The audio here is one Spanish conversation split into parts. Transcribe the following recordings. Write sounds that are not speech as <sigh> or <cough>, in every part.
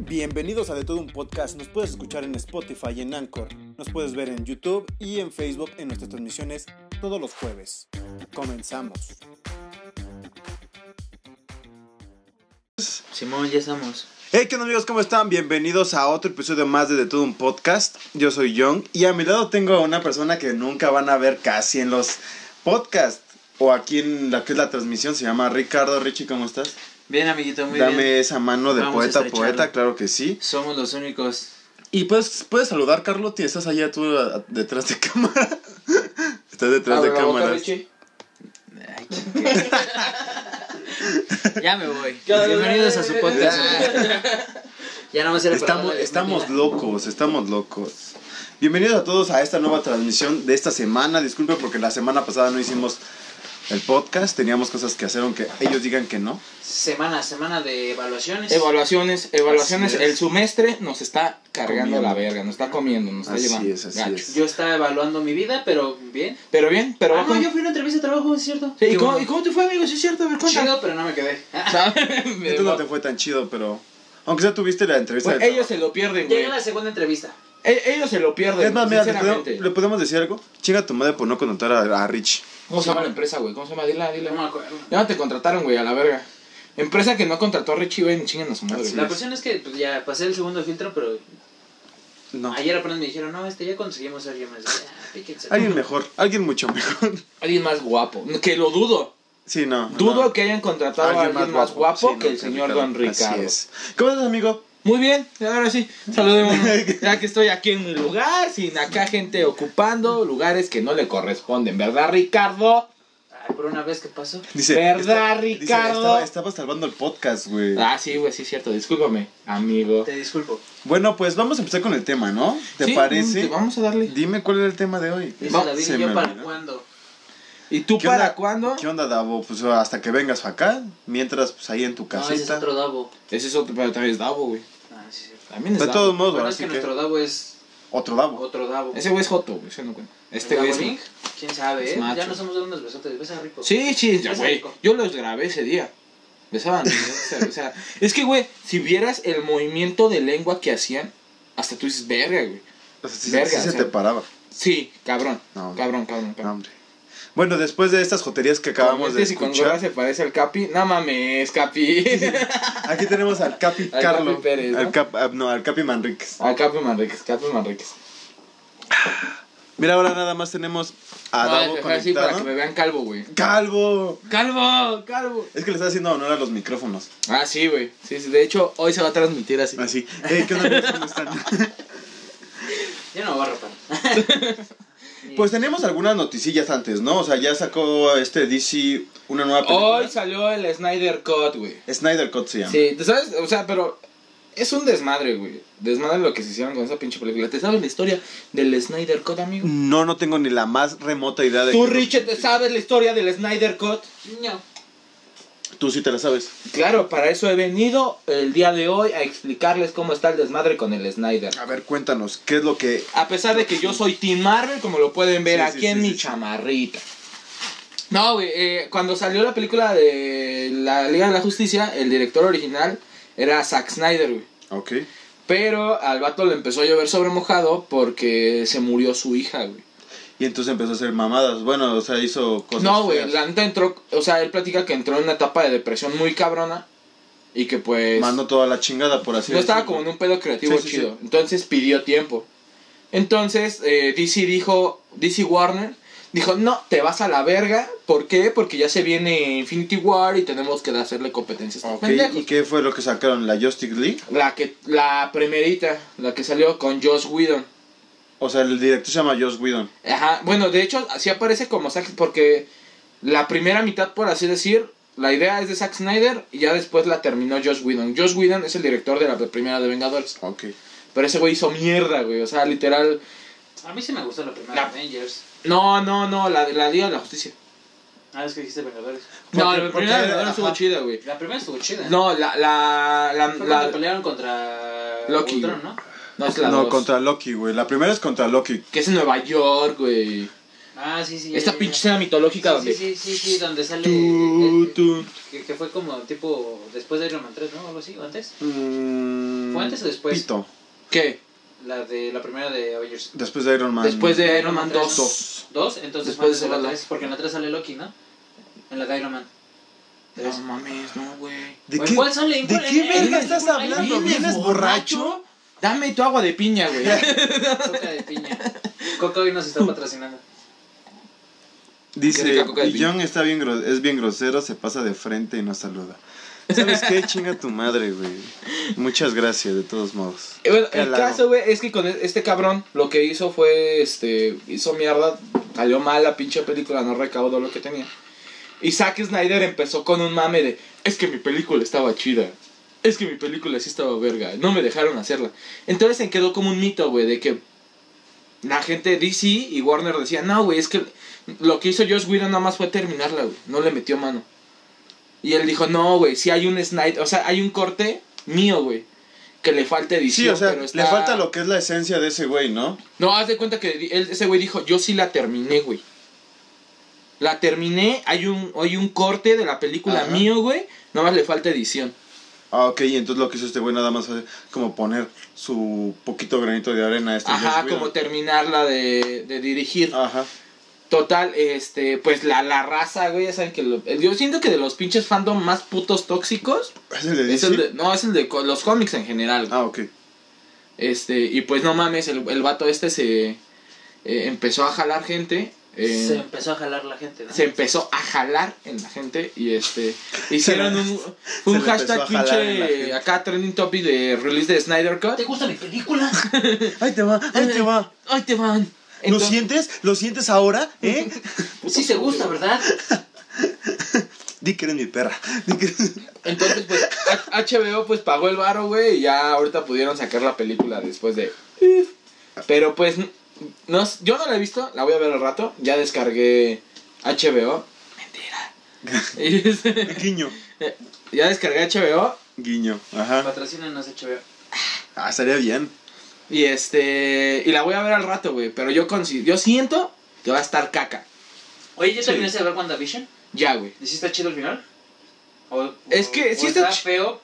Bienvenidos a De Todo Un Podcast. Nos puedes escuchar en Spotify y en Anchor. Nos puedes ver en YouTube y en Facebook en nuestras transmisiones todos los jueves. Comenzamos. Simón, ya estamos. Hey, ¿qué onda amigos? ¿Cómo están? Bienvenidos a otro episodio más de De Todo Un Podcast. Yo soy Young y a mi lado tengo a una persona que nunca van a ver casi en los podcasts o aquí en la que es la transmisión. Se llama Ricardo Richie, ¿cómo estás? Bien, amiguito, muy Dame bien. esa mano de Vamos a poeta a estrecharla. poeta, claro que sí. Somos los únicos. Y puedes, puedes saludar, Carlotti. Estás allá tú a- a- detrás de cámara. <laughs> Estás detrás Ah, de cámara. Ay, chingue. <laughs> ya me <laughs> voy. Ya, Bienvenidos ya, a su ya, podcast. <laughs> ya no me será Estamos, estamos locos, estamos locos. Bienvenidos a todos a esta nueva transmisión de esta semana. Disculpe porque la semana pasada no hicimos el podcast. Teníamos cosas que hacer, aunque ellos digan que no. Semana, semana de evaluaciones. Evaluaciones, evaluaciones. Así es. El semestre nos está cargando Comiendo. la verga, nos está comiendo, nos está Así llevando. es, así gacho. es. Yo estaba evaluando mi vida, pero bien. Pero bien, pero ah, va no, con- yo fui a una entrevista de trabajo, es cierto. Sí, ¿y, Qué cómo, bueno. y cómo te fue, amigo? Sí, es cierto, a ver, cuenta. Chido, pero no me quedé. <laughs> Ah, ¿Sabes? Esto no te fue tan chido, pero. Aunque sea tuviste la entrevista. Güey, de Pues, ellos se lo pierden, güey. Llegué a la segunda entrevista. E- ellos se lo pierden. Es más, mira, ¿le podemos, sinceramente. le podemos decir algo? Chinga tu madre por no contar a, a Rich. ¿Cómo se llama la empresa, güey? ¿Cómo se llama? Dila, dila. No me acuerdo. Ya no te contrataron, güey, a la verga. Empresa que no contrató a Richie, güey, ni chingan a su madre. Así güey. La cuestión es que pues, ya pasé el segundo filtro, pero No. ayer apenas me dijeron, no, este ya conseguimos a alguien <laughs> más. Ya, píquense. Alguien mejor, alguien mucho mejor. <laughs> Alguien más guapo. Que lo dudo. Sí, no. Dudo no. que hayan contratado a alguien más guapo, Sí, que no, el señor Don Ricardo. Así es. ¿Cómo estás, amigo? Muy bien, ahora sí, <laughs> saludémonos. Ya que estoy aquí en mi lugar, sin acá gente ocupando lugares que no le corresponden, ¿verdad, Ricardo? Ay, Ah, por una vez que pasó. Dice. ¿Verdad, dice, Ricardo? estaba, estaba salvando el podcast, güey. Ah, sí, güey, sí, es cierto, discúlpame, amigo. Te disculpo. Bueno, pues vamos a empezar con el tema, ¿no? ¿Te Sí, parece? te- vamos a darle. Dime cuál era el tema de hoy. Dice Vamos, David se y yo me para olvidó. cuándo. ¿Y tú ¿Qué para onda? cuándo? ¿Qué onda, Davo? Pues hasta que vengas acá, mientras pues ahí en tu No, ese es casita. otro Davo. Ese es otro, pero también es Davo, güey. Ah, sí, sí. También es de Davo. todos modos, Bueno, ahora es sí que que nuestro Davo es otro Davo. otro Davo. Ese güey es Joto, güey, ese no cuenta. Este ¿El güey Davo es... Link? ¿Quién sabe? eh? es macho. Ya nos hemos dado unos besotes. Besa rico. Sí, sí, ya, Es güey. rico. Yo los grabé ese día. Besaban. o sea, o sea, es que, güey, si vieras el movimiento de lengua que hacían, hasta tú dices, verga, güey. O sea, sí, Verga, sí o se sea. te paraba. Sí, cabrón. No. Cabrón, No, cabrón, cabrón. este, hombre. Bueno, después de estas joterías que acabamos de Comentes y con gorra escuchar, se parece al Capi. No <laughs> mames, Capi. aquí tenemos al Capi Al Carlos. Capi Pérez, ¿no? Al Cap- ah, no, al Capi Manríquez. al Ah, Capi Manriquez, Capi Manriquez. Mira, ahora nada más tenemos a Voy Ah, Davo dejar así para conectado. que me vean calvo, güey. ¡Calvo! ¡Calvo! ¡Calvo! Es que le está haciendo honor a los micrófonos. Ah, sí, güey. Sí, sí. De hecho, hoy se va a transmitir así. Así. Eh, ¿qué onda, amigos? ¿Cómo <laughs> están? Ya no va a rapar. Pues tenemos algunas noticillas antes, ¿no? O sea, ya sacó este DC una nueva película. Hoy salió el Snyder Cut, güey. Snyder Cut se llama. Sí, ¿te sabes? O sea, pero es un desmadre, güey. Desmadre lo que se hicieron con esa pinche película. ¿Te sabes la historia del Snyder Cut, amigo? No, no tengo ni la más remota idea de... ¿Tú, Richard, te sabes la historia del Snyder Cut? No. Tú sí te la sabes. Claro, para eso he venido el día de hoy a explicarles cómo está el desmadre con el Snyder. A ver, cuéntanos, ¿qué es lo que... A pesar de que yo soy Team Marvel, como lo pueden ver Sí, sí, aquí en sí, mi sí, sí. chamarrita. No, güey, eh, cuando salió la película de la Liga de la Justicia, el director original era Zack Snyder, güey. Ok. Pero al vato le empezó a llover sobre mojado porque se murió su hija, güey. Y entonces empezó a hacer mamadas. Bueno, o sea, hizo cosas... No, güey, feas. la neta entró, o sea, él platica que entró en una etapa de depresión muy cabrona y que pues Mandó toda la chingada, por así no estaba decirlo. como en un pedo creativo Sí, sí, chido. sí. Entonces pidió tiempo. Entonces eh, DC dijo, DC Warner dijo, no, te vas a la verga. ¿Por qué? Porque ya se viene Infinity War y tenemos que hacerle competencias. Ok, ¿y qué fue lo que sacaron? ¿La Justice League? La que, la primerita, la que salió con Joss Whedon. O sea, el director se llama Joss Whedon. Ajá, bueno, de hecho, así aparece como Zack, porque la primera mitad, por así decir, la idea es de Zack Snyder y ya después la terminó Josh Whedon. Josh Whedon es el director de la primera de Vengadores, Ok. pero ese güey hizo mierda, güey, o sea, literal. A mí sí me gustó la primera La- Avengers. No, no, no, la de la Liga de la Justicia. Ah, es que dijiste Vengadores. Porque- No, la porque- primera de Vengadores estuvo ajá. chida, güey. La primera estuvo chida. No, la, la, la, Fue la- cuando pelearon contra Loki. Ultron, ¿no? no es la no, dos, Eh, contra Loki, güey. La primera es contra Loki. que es en Nueva York, güey. Ah, sí, sí. ya, Esta ya, pinche ya. escena mitológica donde. Sí, sí, sí, sí, donde eh, sale. Tú, que- tú. Que, que fue como tipo después de Iron Man 3, ¿no? Algo así, o antes. Mm, ¿Fue antes o después? Pito. ¿Qué? La de la primera de Avengers Después de Iron Man. Después de Iron Man 2. Dos. 2, entonces Después después de de la la- 3, porque en la 3 sale Loki, ¿no? En la de Iron Man. No mames, no, güey. ¿De Oye, qué, ¿cuál sale? ¿En ¿de cuál- qué en- verga en- estás en- hablando? ¿Vienes borracho? Dame tu agua de <laughs> piña, güey. Coca de piña. Coca hoy nos está patrocinando. Qué Dice, rica coca de piña. John está bien gro- es bien grosero, se pasa de frente y no saluda. ¿Sabes <laughs> qué? Chinga tu madre, güey. Muchas gracias, de todos modos. Eh, bueno, el Pelado. caso, güey, es que con este cabrón lo que hizo fue, este, hizo mierda, salió mal la pinche película, no recaudó lo que tenía. Y Zack Snyder empezó con un mame de, es que mi película estaba chida, es que mi película sí estaba verga, no me dejaron hacerla. Entonces se quedó como un mito, güey, de que la gente de DC y Warner decían, no, güey, es que lo que hizo Josh Whedon nada más fue terminarla, güey, no le metió mano. Y él dijo, no, güey, si hay un Snyder, o sea, hay un corte mío, güey. Que le falta edición. Sí, o sea, pero le está- falta lo que es la esencia de ese güey, ¿no? no, haz de cuenta que di- él- ese güey dijo, yo sí la terminé, güey. La terminé, hay un, hay un corte de la película Ajá. mío, güey. Nada más le falta edición. Ah, ok, y entonces lo que hizo este güey nada más fue como poner su poquito granito de arena a este Ajá, Joss Whedon. como terminarla de, de dirigir. Ajá. Total, este, pues la, la raza, güey, ya saben que... lo- el- yo siento que de los pinches fandom más putos tóxicos... ¿Es el de Es DC? el de- no, es el de co- los cómics en general. güey. Ah, ok. Este, y pues no mames, el, el vato este se... eh, empezó a jalar gente. eh, Se empezó a jalar la gente, ¿no? se empezó a jalar en la gente <laughs> y este hicieron un, un se le hashtag empezó a jalar en la pinche gente. acá trending topic de release de Snyder ¿Te Cut. gusta mi película? Ahí te va, ahí te va. Ay, te van. ¿Lo Eh, Entonces- sientes? ¿Lo sientes <laughs> ahora? ¿Eh? Sí te gusta, ¿verdad? Di que eres mi perra. Di que eres- Entonces pues H- HBO pues pagó el varo, güey, y ya ahorita pudieron sacar la película después de Pero pues no, yo no la he visto, la voy a ver al rato. Ya descargué HBO. Mentira. Guiño. ya descargué HBO Guiño. Ajá. Patrocínanos HBO. Ah, estaría bien. Y este. Y la voy a ver al rato, güey. Pero yo consi- yo siento que va a estar caca. Oye, ¿ya Sí. terminaste de ver WandaVision? Ya, güey. ¿Y si está chido el final? O- Es o- que sí o está está chi- feo.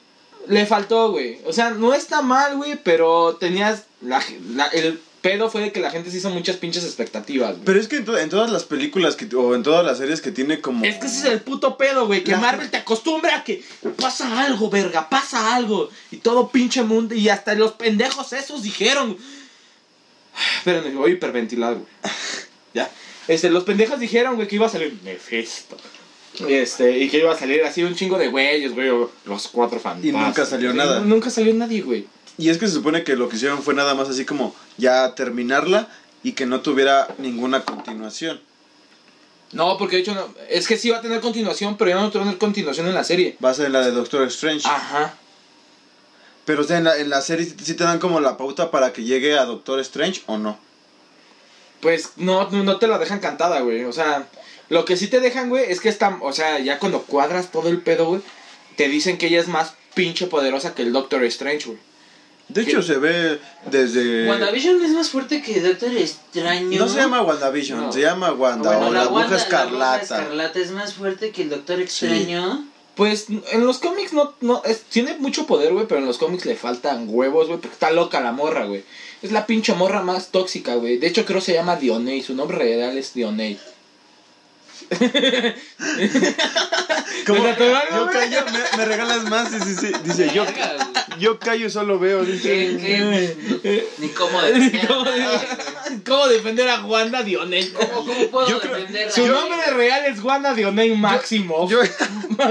Le faltó, güey. O sea, no está mal, güey. Pero tenías. La, la- el pedo fue de que la gente se hizo muchas pinches expectativas, güey. Pero es que en, to- en todas las películas que, o en todas las series que tiene como... Es que ese es el puto pedo, güey. Que La- Marvel te acostumbra a que pasa algo, verga, pasa algo. Y todo pinche mundo. Y hasta los pendejos esos dijeron. Espérenme, voy a hiperventilar, <laughs> güey. Ya. Este, los pendejos dijeron, güey, que iba a salir Mephisto. Y este, y que iba a salir así un chingo de güeyes, güey. o Los cuatro fantasmas. nunca salió Y nada. nu- Nunca salió nadie, güey. Y es que se supone que lo que hicieron fue nada más así como ya terminarla y que no tuviera ninguna continuación. No, porque de hecho no. Es que sí va a tener continuación, pero ya no va a tener continuación en la serie. Va a ser la de Doctor Strange. Ajá. Pero o sea, en la, en la serie sí sí te dan como la pauta para que llegue a Doctor Strange o no. Pues no, no no te la dejan cantada, güey. O sea, lo que sí te dejan, güey, es que están, o sea, ya cuando cuadras todo el pedo, güey, te dicen que ella es más pinche poderosa que el Doctor Strange, güey. De hecho, ¿Qué? se ve desde... WandaVision es más fuerte que Doctor Extraño. Eh. No se llama WandaVision, No. se llama Wanda Bueno, o la, Wanda- Bruja Escarlata. Escarlata es más fuerte que el Doctor Extraño. Pues en los cómics no, no es- tiene mucho poder, güey, pero en los cómics le faltan huevos, güey, porque está loca la morra, güey. Es la pinche morra más tóxica, güey. De hecho, creo se llama Dionei, su nombre real es Dionei. Como, Pero te vale, yo güey. callo, me, me regalas más, sí, sí, sí. Dice, yo, yo callo, solo veo, dice. ¿Qué, <laughs> qué? eh, Ni cómo defender. <laughs> ¿Cómo, <laughs> Ah, cómo defender a Wanda Dionei? ¿Cómo, cómo puedo Yo creo- defenderla? Su nombre real es Wanda Dionei Máximo. Yo,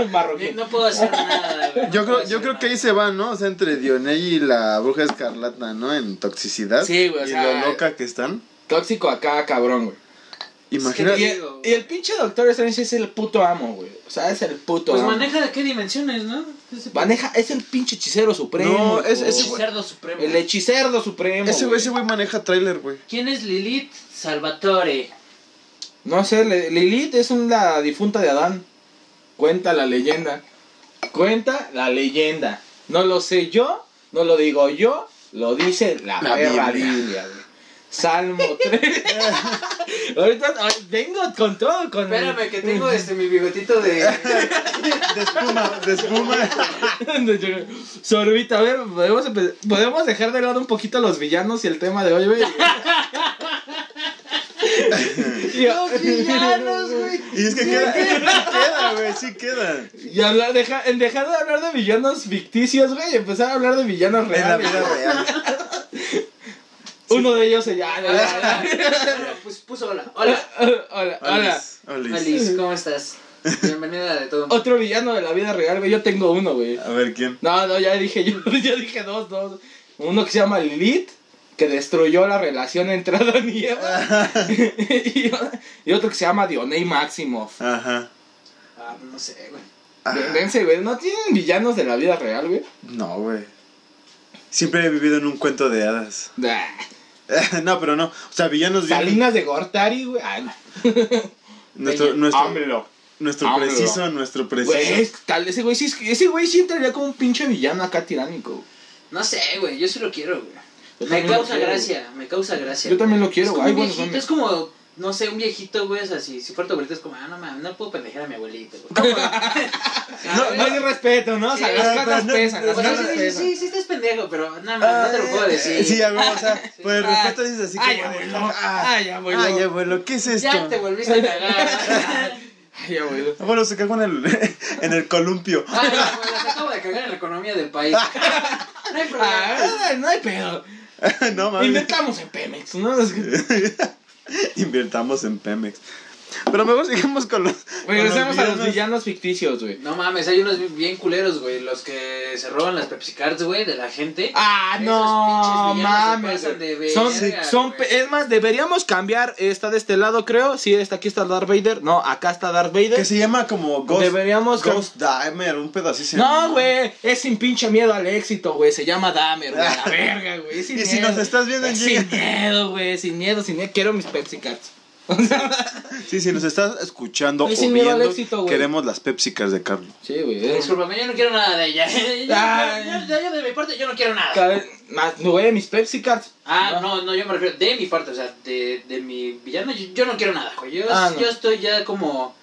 <laughs> Marroquín. No puedo hacer <laughs> nada. güey, no yo, puedo creo, yo hacer creo que nada. ahí se van, ¿no? O sea, entre Dionelli y la bruja escarlata, ¿no? En toxicidad. Sí, güey, o Y sea, lo loca que están. Tóxico acá, cabrón, güey. Imagínate. Y que- el, y el pinche Doctor Strange es el puto amo, güey. O sea, es el puto Pues amo. maneja de qué dimensiones, ¿no? Ese- Maneja- es el pinche hechicero supremo. No, es- güey. ese güey- Cerdo Supremo. El hechicerdo supremo. Ese güey güey. ese güey maneja tráiler, güey. ¿Quién es Lilith Salvatore? No sé, Le- Lilith es una difunta de Adán. Cuenta la leyenda. Cuenta la leyenda. No lo sé yo, no lo digo yo, lo dice la, La perra Biblia. Biblia, güey. Salmo <laughs> 3. ahorita ay, vengo con todo, con Espérame, que tengo este, <laughs> mi bigotito de. De espuma, de <laughs> espuma. Sorbita, a ver, podemos, empe- podemos dejar de lado un poquito los villanos y el tema de <laughs> hoy, güey. Y- ¡Los <laughs> villanos, güey! Y es que queda, <laughs> sí queda, güey, sí queda. Y hablar, deja- en dejar de hablar de villanos ficticios, güey, y empezar a hablar de villanos En la reales. vida real. Uno de ellos se llama. <laughs> Hola, hola. Pues puso hola. Hola. Hola, hola. Olis, olis. Alice, ¿cómo estás? Bienvenida de todo. <laughs> Otro villano de la vida real, güey. Yo tengo uno, güey. A ver quién. No, no, ya dije yo, <laughs> ya dije dos, dos. Uno que se llama Lilith, que destruyó la relación entre Adán y Eva. <laughs> y, o- y otro que se llama Dionei Maximoff. Ajá. Ah, no sé, güey. Ah, Dense, güey, no tienen villanos de la vida real, güey. No, güey. Siempre he vivido en un cuento de hadas. <laughs> Ah, no, pero no. O sea, villanos bien. Salinas de Gortari, güey. Ay, no. Nuestro, Peña- nuestro, AMLO. nuestro AMLO. preciso, nuestro Güey, preciso. es- tal, ese güey sí, es- ese güey sí entraría como un pinche villano acá tiránico. güey. No sé, güey. Yo sí lo quiero, güey. Yo Me también lo causa quiero, gracia, me causa gracia. Yo también lo quiero, Es como güey. un Bueno, viejito, mames. es como, no sé, un viejito, güey, o sea, si, si fuera tu abuelito es como, ah, no mames, no puedo pendejar a mi abuelito, güey. No, no hay respeto, ¿no? O sea, Sí, las pero cartas no- pesan, las no- O sea, cartas sí, sí, pesan. sí, sí estás pendejo, pero no, mames, Ah, no te lo eh, puedo decir. Sí, a ver, o sea, por el Ah, respeto dices así como ay, de, abuelo. ah, Ay, abuelo. Ay, abuelo, ¿qué es esto? ya te volviste <laughs> a Ah, cagar. Ay, abuelo. Abuelo, se cagó en el, <laughs> en el columpio. <laughs> <laughs> Ay, güey, las acabo de cagar en la economía del país. <laughs> No hay problema. Ah, no hay pedo. no mames. Inventamos en Pemex, ¿no? Es que- <laughs> Invirtamos en Pemex. Pero mejor sigamos con los. con Regresemos a los villanos. villanos ficticios, güey. No mames, hay unos bien culeros, güey, los que se roban las Pepsi Cards, güey, de la gente. Ah, Esos no, pinches villanos se mames. pasan güey. de Son, verga, son, güey. es más, deberíamos cambiar. Está de este lado, creo. Sí, está aquí está Darth Vader. No, acá está Darth Que Vader. se llama como Ghost. Deberíamos cam- Ghost Dimer, un pedacito. No, güey, es sin pinche miedo al éxito, güey. Se llama Dahmer, güey. a <laughs> La verga, güey. es sin Y si miedo. nos estás viendo en Es llega- Sin miedo, güey. Sin miedo, sin miedo. Quiero mis Pepsi Cards. <laughs> Sí, si nos estás escuchando Ay, o sin miedo al viendo, éxito, güey. queremos las Pepsicas de Carlos. Sí, güey. es- Disculpame, yo no quiero nada de ella. <laughs> Yo, Ay. yo- yo- yo de mi parte, yo no quiero nada. <laughs> Cada vez más, no, güey, mis Pepsi Cards. Ah, no, no, yo me refiero de mi parte, o sea, de, de mi villano, yo, yo no quiero nada, güey. Yo, Ah, no. yo estoy ya como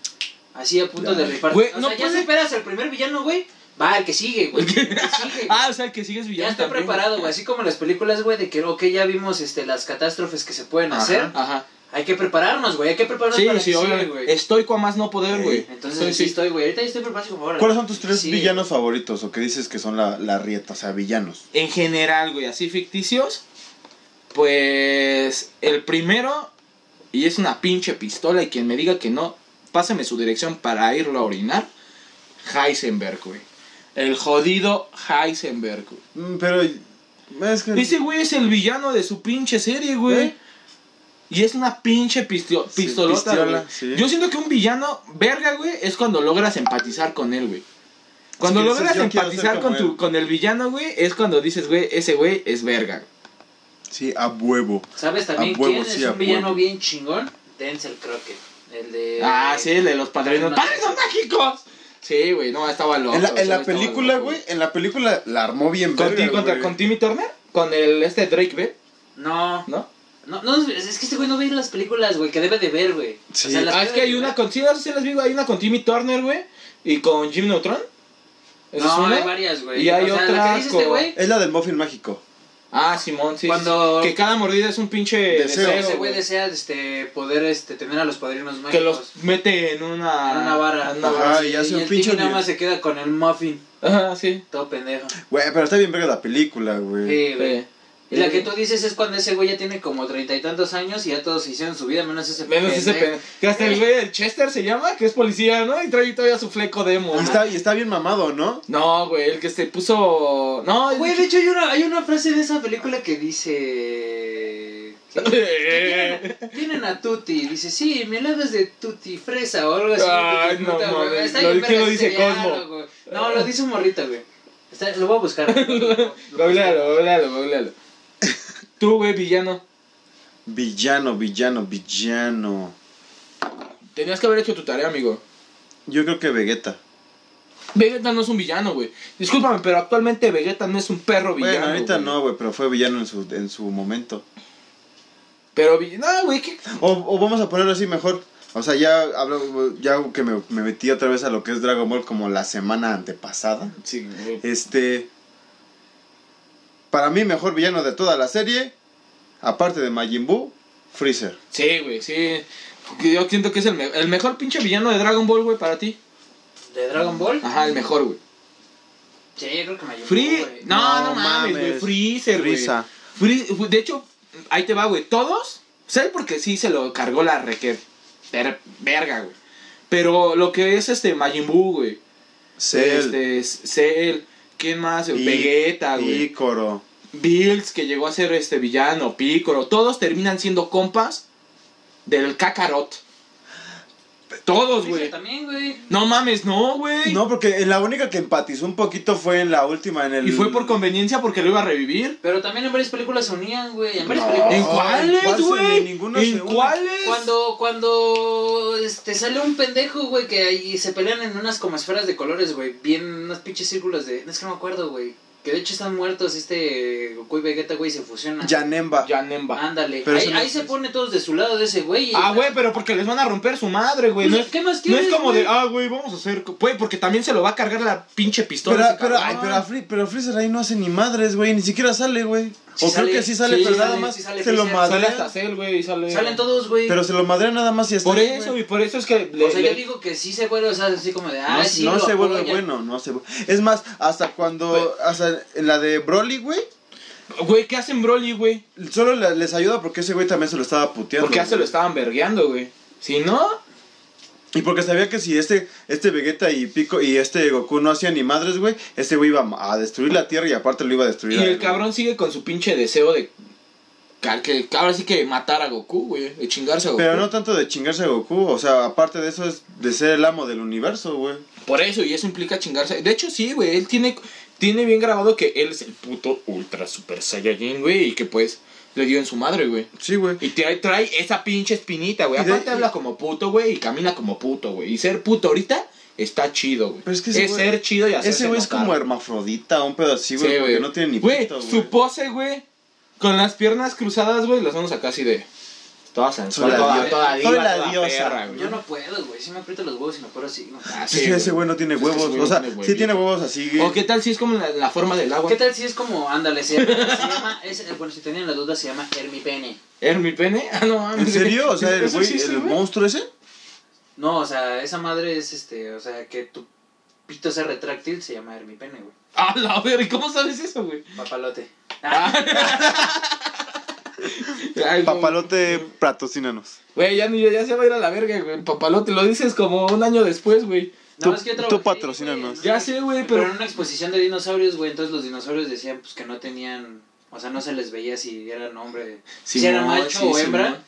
así a punto Ya. de rifar. Güey, o no sea, ya puede- superas el primer villano, güey. Va, el que sigue, güey. El que sigue, güey. <laughs> Ah, o sea, que sigues ya villano. estoy también, güey. preparado, güey. Así como en las películas, güey, de que, ok, ya vimos este, las catástrofes que se pueden Ajá. hacer. Ajá. Hay que prepararnos, güey. Hay que prepararnos Sí, para sí, que sigue, obvio. güey. Estoico a más no poder, Sí. güey. Entonces, Soy- sí, sí. estoy, güey. Ahorita ya estoy preparado, como ahora. ¿Cuáles son tus tres Sí. villanos favoritos o que dices que son la, la rieta, o sea, villanos? En general, güey, así ficticios. Pues el primero, y es una pinche pistola, y quien me diga que no, páseme su dirección para irlo a orinar. Heisenberg, güey. El jodido Heisenberg, güey. Mm, Pero es que Ese güey es el villano de su pinche serie, güey. ¿Eh? Y es una pinche pistio- Sí, pistolota, pistola, güey. sí. Yo siento que un villano, verga, güey, es cuando logras empatizar con él, güey. Cuando Sí, dices, logras "Yo quiero empatizar ser con, como tu, él". con el villano, güey, es cuando dices, güey, ese güey es verga. sí, a huevo. ¿Sabes también A huevo, quién sí, es a un villano huevo. bien chingón? Denzel Crockett. El de. ah, sí, el de los padrinos. Padrinos ¡Padrinos mágicos! Sí, güey, no, estaba loco. en la, en estaba- la estaba película, loco. güey, en la película la armó bien ¿Con, ti- verga, contra- güey. con Timmy Turner? Con el este Drake B, No, ¿no? no, no, es es que este güey no ve las películas, güey, que debe de ver, güey. Sí. las Ah, es que hay debe de una ver. con. Sí, no sé si las vi, güey, Hay una con Timmy Turner, güey. Y con Jim Neutron. ¿Esa es No, una? hay varias, güey. Y hay o sea, otra la que dice este con- güey, Es la del muffin mágico. Ah, Simón, sí. Cuando- sí, sí. Que cada mordida es un pinche deseo. Deseo. que ese güey güey. desea este, poder este, tener a los padrinos mágicos. que los mete en una. En una vara. en una Ajá. vara. y hace un el pinche Timmy nada lío. más se queda con el muffin, Ajá, sí. todo pendejo. Güey, pero está bien verga la película, güey. Sí, güey. Sí. Y la que tú dices es cuando ese güey ya tiene como treinta y tantos años y ya todos hicieron su vida, menos ese Menos ese pendejo. pendejo. Que hasta el güey del Chester se llama, que es policía, ¿no? Y trae todavía su fleco demo. Y está, y está bien mamado, ¿no? No, güey, el que se puso. No, Güey, de hecho hay una, hay una frase de esa película que <laughs> dice... Eh. Tienen a Tuti, dice, sí, mi helado es de Tuti Fresa o algo así. Ay, Tutti no fruta, güey. mames, Está lo- bien ¿quién lo verga ese dice Cosmo? diálogo. No, lo dice un morrito, güey. Está- lo voy a <laughs> buscar. Googlealo, googlealo, googlealo. Tú, güey, villano. Villano, villano, villano. Tenías que haber hecho tu tarea, amigo. Yo creo que Vegeta. Vegeta no es un villano, güey. Discúlpame, pero actualmente Vegeta no es un perro villano. bueno, ahorita güey. no, güey, pero fue villano en su, en su momento. Pero, vi- no, güey, que. O, o vamos a ponerlo así mejor. O sea, ya hablo, ya que me, me metí otra vez a lo que es Dragon Ball como la semana antepasada. Sí, güey. Este. Para mí, mejor villano de toda la serie, aparte de Majin Buu, Freezer. Sí, güey, sí. Yo siento que es el, me- el mejor pinche villano de Dragon Ball, güey, para ti. ¿De Dragon Ball? Ajá, el mejor, güey. Sí, yo creo que me ayudó. Free. güey. No, no, No mames, güey. mames. Freezer, güey. Frieza. Free- De hecho, ahí te va, güey. Todos. ¿Sabes por qué sí se lo cargó la requer? per- Verga, güey. Pero lo que es este Majin Buu, güey. Cell. Este, es- Cell. ¿Quién más? güey? Pi- Vegeta, güey. Picoro. Bills, que llegó a ser este villano. Piccolo. Todos terminan siendo compas del Kakarot. Todos, Freezer güey. también, güey. No mames, no, güey. No, porque en la única que empatizó un poquito fue en la última, en el. Y fue por conveniencia porque lo iba a revivir. Pero también en varias películas se unían, güey. En varias No. películas. ¿En Oh, ¿en cuáles, cuál se- güey? ninguno se ¿En une? cuáles? Cuando, cuando este, sale un pendejo, güey, que ahí se pelean en unas como esferas de colores, güey. Bien, unos pinches círculos de. Es que no me acuerdo, güey. Que de hecho están muertos este Goku y Vegeta, güey, se fusionan. Yanemba. Yanemba. Ándale. Pero ahí eso no ahí es- se pone todos de su lado de ese güey. y- Ah, güey, pero porque les van a romper su madre, güey. No Pues, es, ¿Qué más no quieres? es como güey? de, ah, güey, vamos a hacer. co- Güey, porque también se lo va a cargar la pinche pistola. Pero, ese pero, cabrón. ay, pero, a Fri- pero Freezer ahí no hace ni madres, güey. Ni siquiera sale, güey. Sí o sale. creo que sí sale, Sí, pero sí nada sale, más sí sale se lo Freezer. madrea. Sale hasta Cell, güey, y sale. Salen todos, güey. Pero se lo madrean nada más y hasta Por ahí, eso, güey. y por eso es que. le- O sea, le- yo digo que sí se vuelve, o sea, así como de, ah, no, sí. no lo se vuelve apoyan. bueno, no se vu- Es más, hasta cuando. Güey. Hasta en la de Broly, güey. Güey, ¿qué hacen Broly, güey? Solo le- les ayuda porque ese güey también se lo estaba puteando. Porque ya se lo güey. estaban vergueando, güey. Si no, Y porque sabía que si este, este Vegeta y Pico y este Goku no hacían ni madres, güey, este güey iba a destruir la Tierra y aparte lo iba a destruir. y a él, el güey. cabrón sigue con su pinche deseo de. ca- Que, ahora sí que matar a Goku, güey. De chingarse a Goku. Pero no tanto de chingarse a Goku, o sea, aparte de eso es de ser el amo del universo, güey. Por eso, y eso implica chingarse. De hecho, sí, güey. Él tiene, tiene bien grabado que él es el puto ultra super saiyajin, güey. Y que pues le dio en su madre, güey. Sí, güey. Y trae, trae esa pinche espinita, güey. Y de- Aparte habla como puto, güey. Y camina como puto, güey. Y ser puto ahorita está chido, güey. Pero es que ese güey- ser chido y hacerse Ese güey es notar. como hermafrodita, un pedo así, güey, Sí, porque no tiene ni Güey, pito, su pose, güey. Con las piernas cruzadas, güey. Las vamos acá así de... Toda sensual, la toda, diosa. toda diva, Soy la toda diosa. perra, güey. Yo no puedo, güey. Si me aprieto los huevos y me paro así. güey. Ah, Sí, sí, ese güey. güey no tiene Es que ese huevos, güey o no sea, tiene sí tiene huevito. huevos así. ¿O qué tal si es como la, la forma del agua? Ah, ¿Qué tal si es como, ándale, se llama, se llama es- eh, bueno, si tenían la duda, se llama Hermipene. ¿Era mi pene? <laughs> Ah, no mames. ¿En serio? O sea, el <laughs> ¿Eso güey, existe, el güey? monstruo ese. No, o sea, esa madre es, este, o sea, que tu pito sea retráctil, se llama Hermipene, güey. A la verga, ¿y cómo sabes eso, güey? <laughs> Papalote. Ah, Ay, güey. Papalote pratocínanos. Güey, ya, ni- ya se va a ir a la verga, güey. El papalote, lo dices como un año después, güey. Tú- es que yo tú trabajé, patrocínanos. güey, en Ya una- sé, güey, Pero pero... en una exposición de dinosaurios, güey, entonces los dinosaurios decían, pues, que no tenían, o sea, no se les veía si eran hombre, si era Simón, macho sí, o hembra. Simón.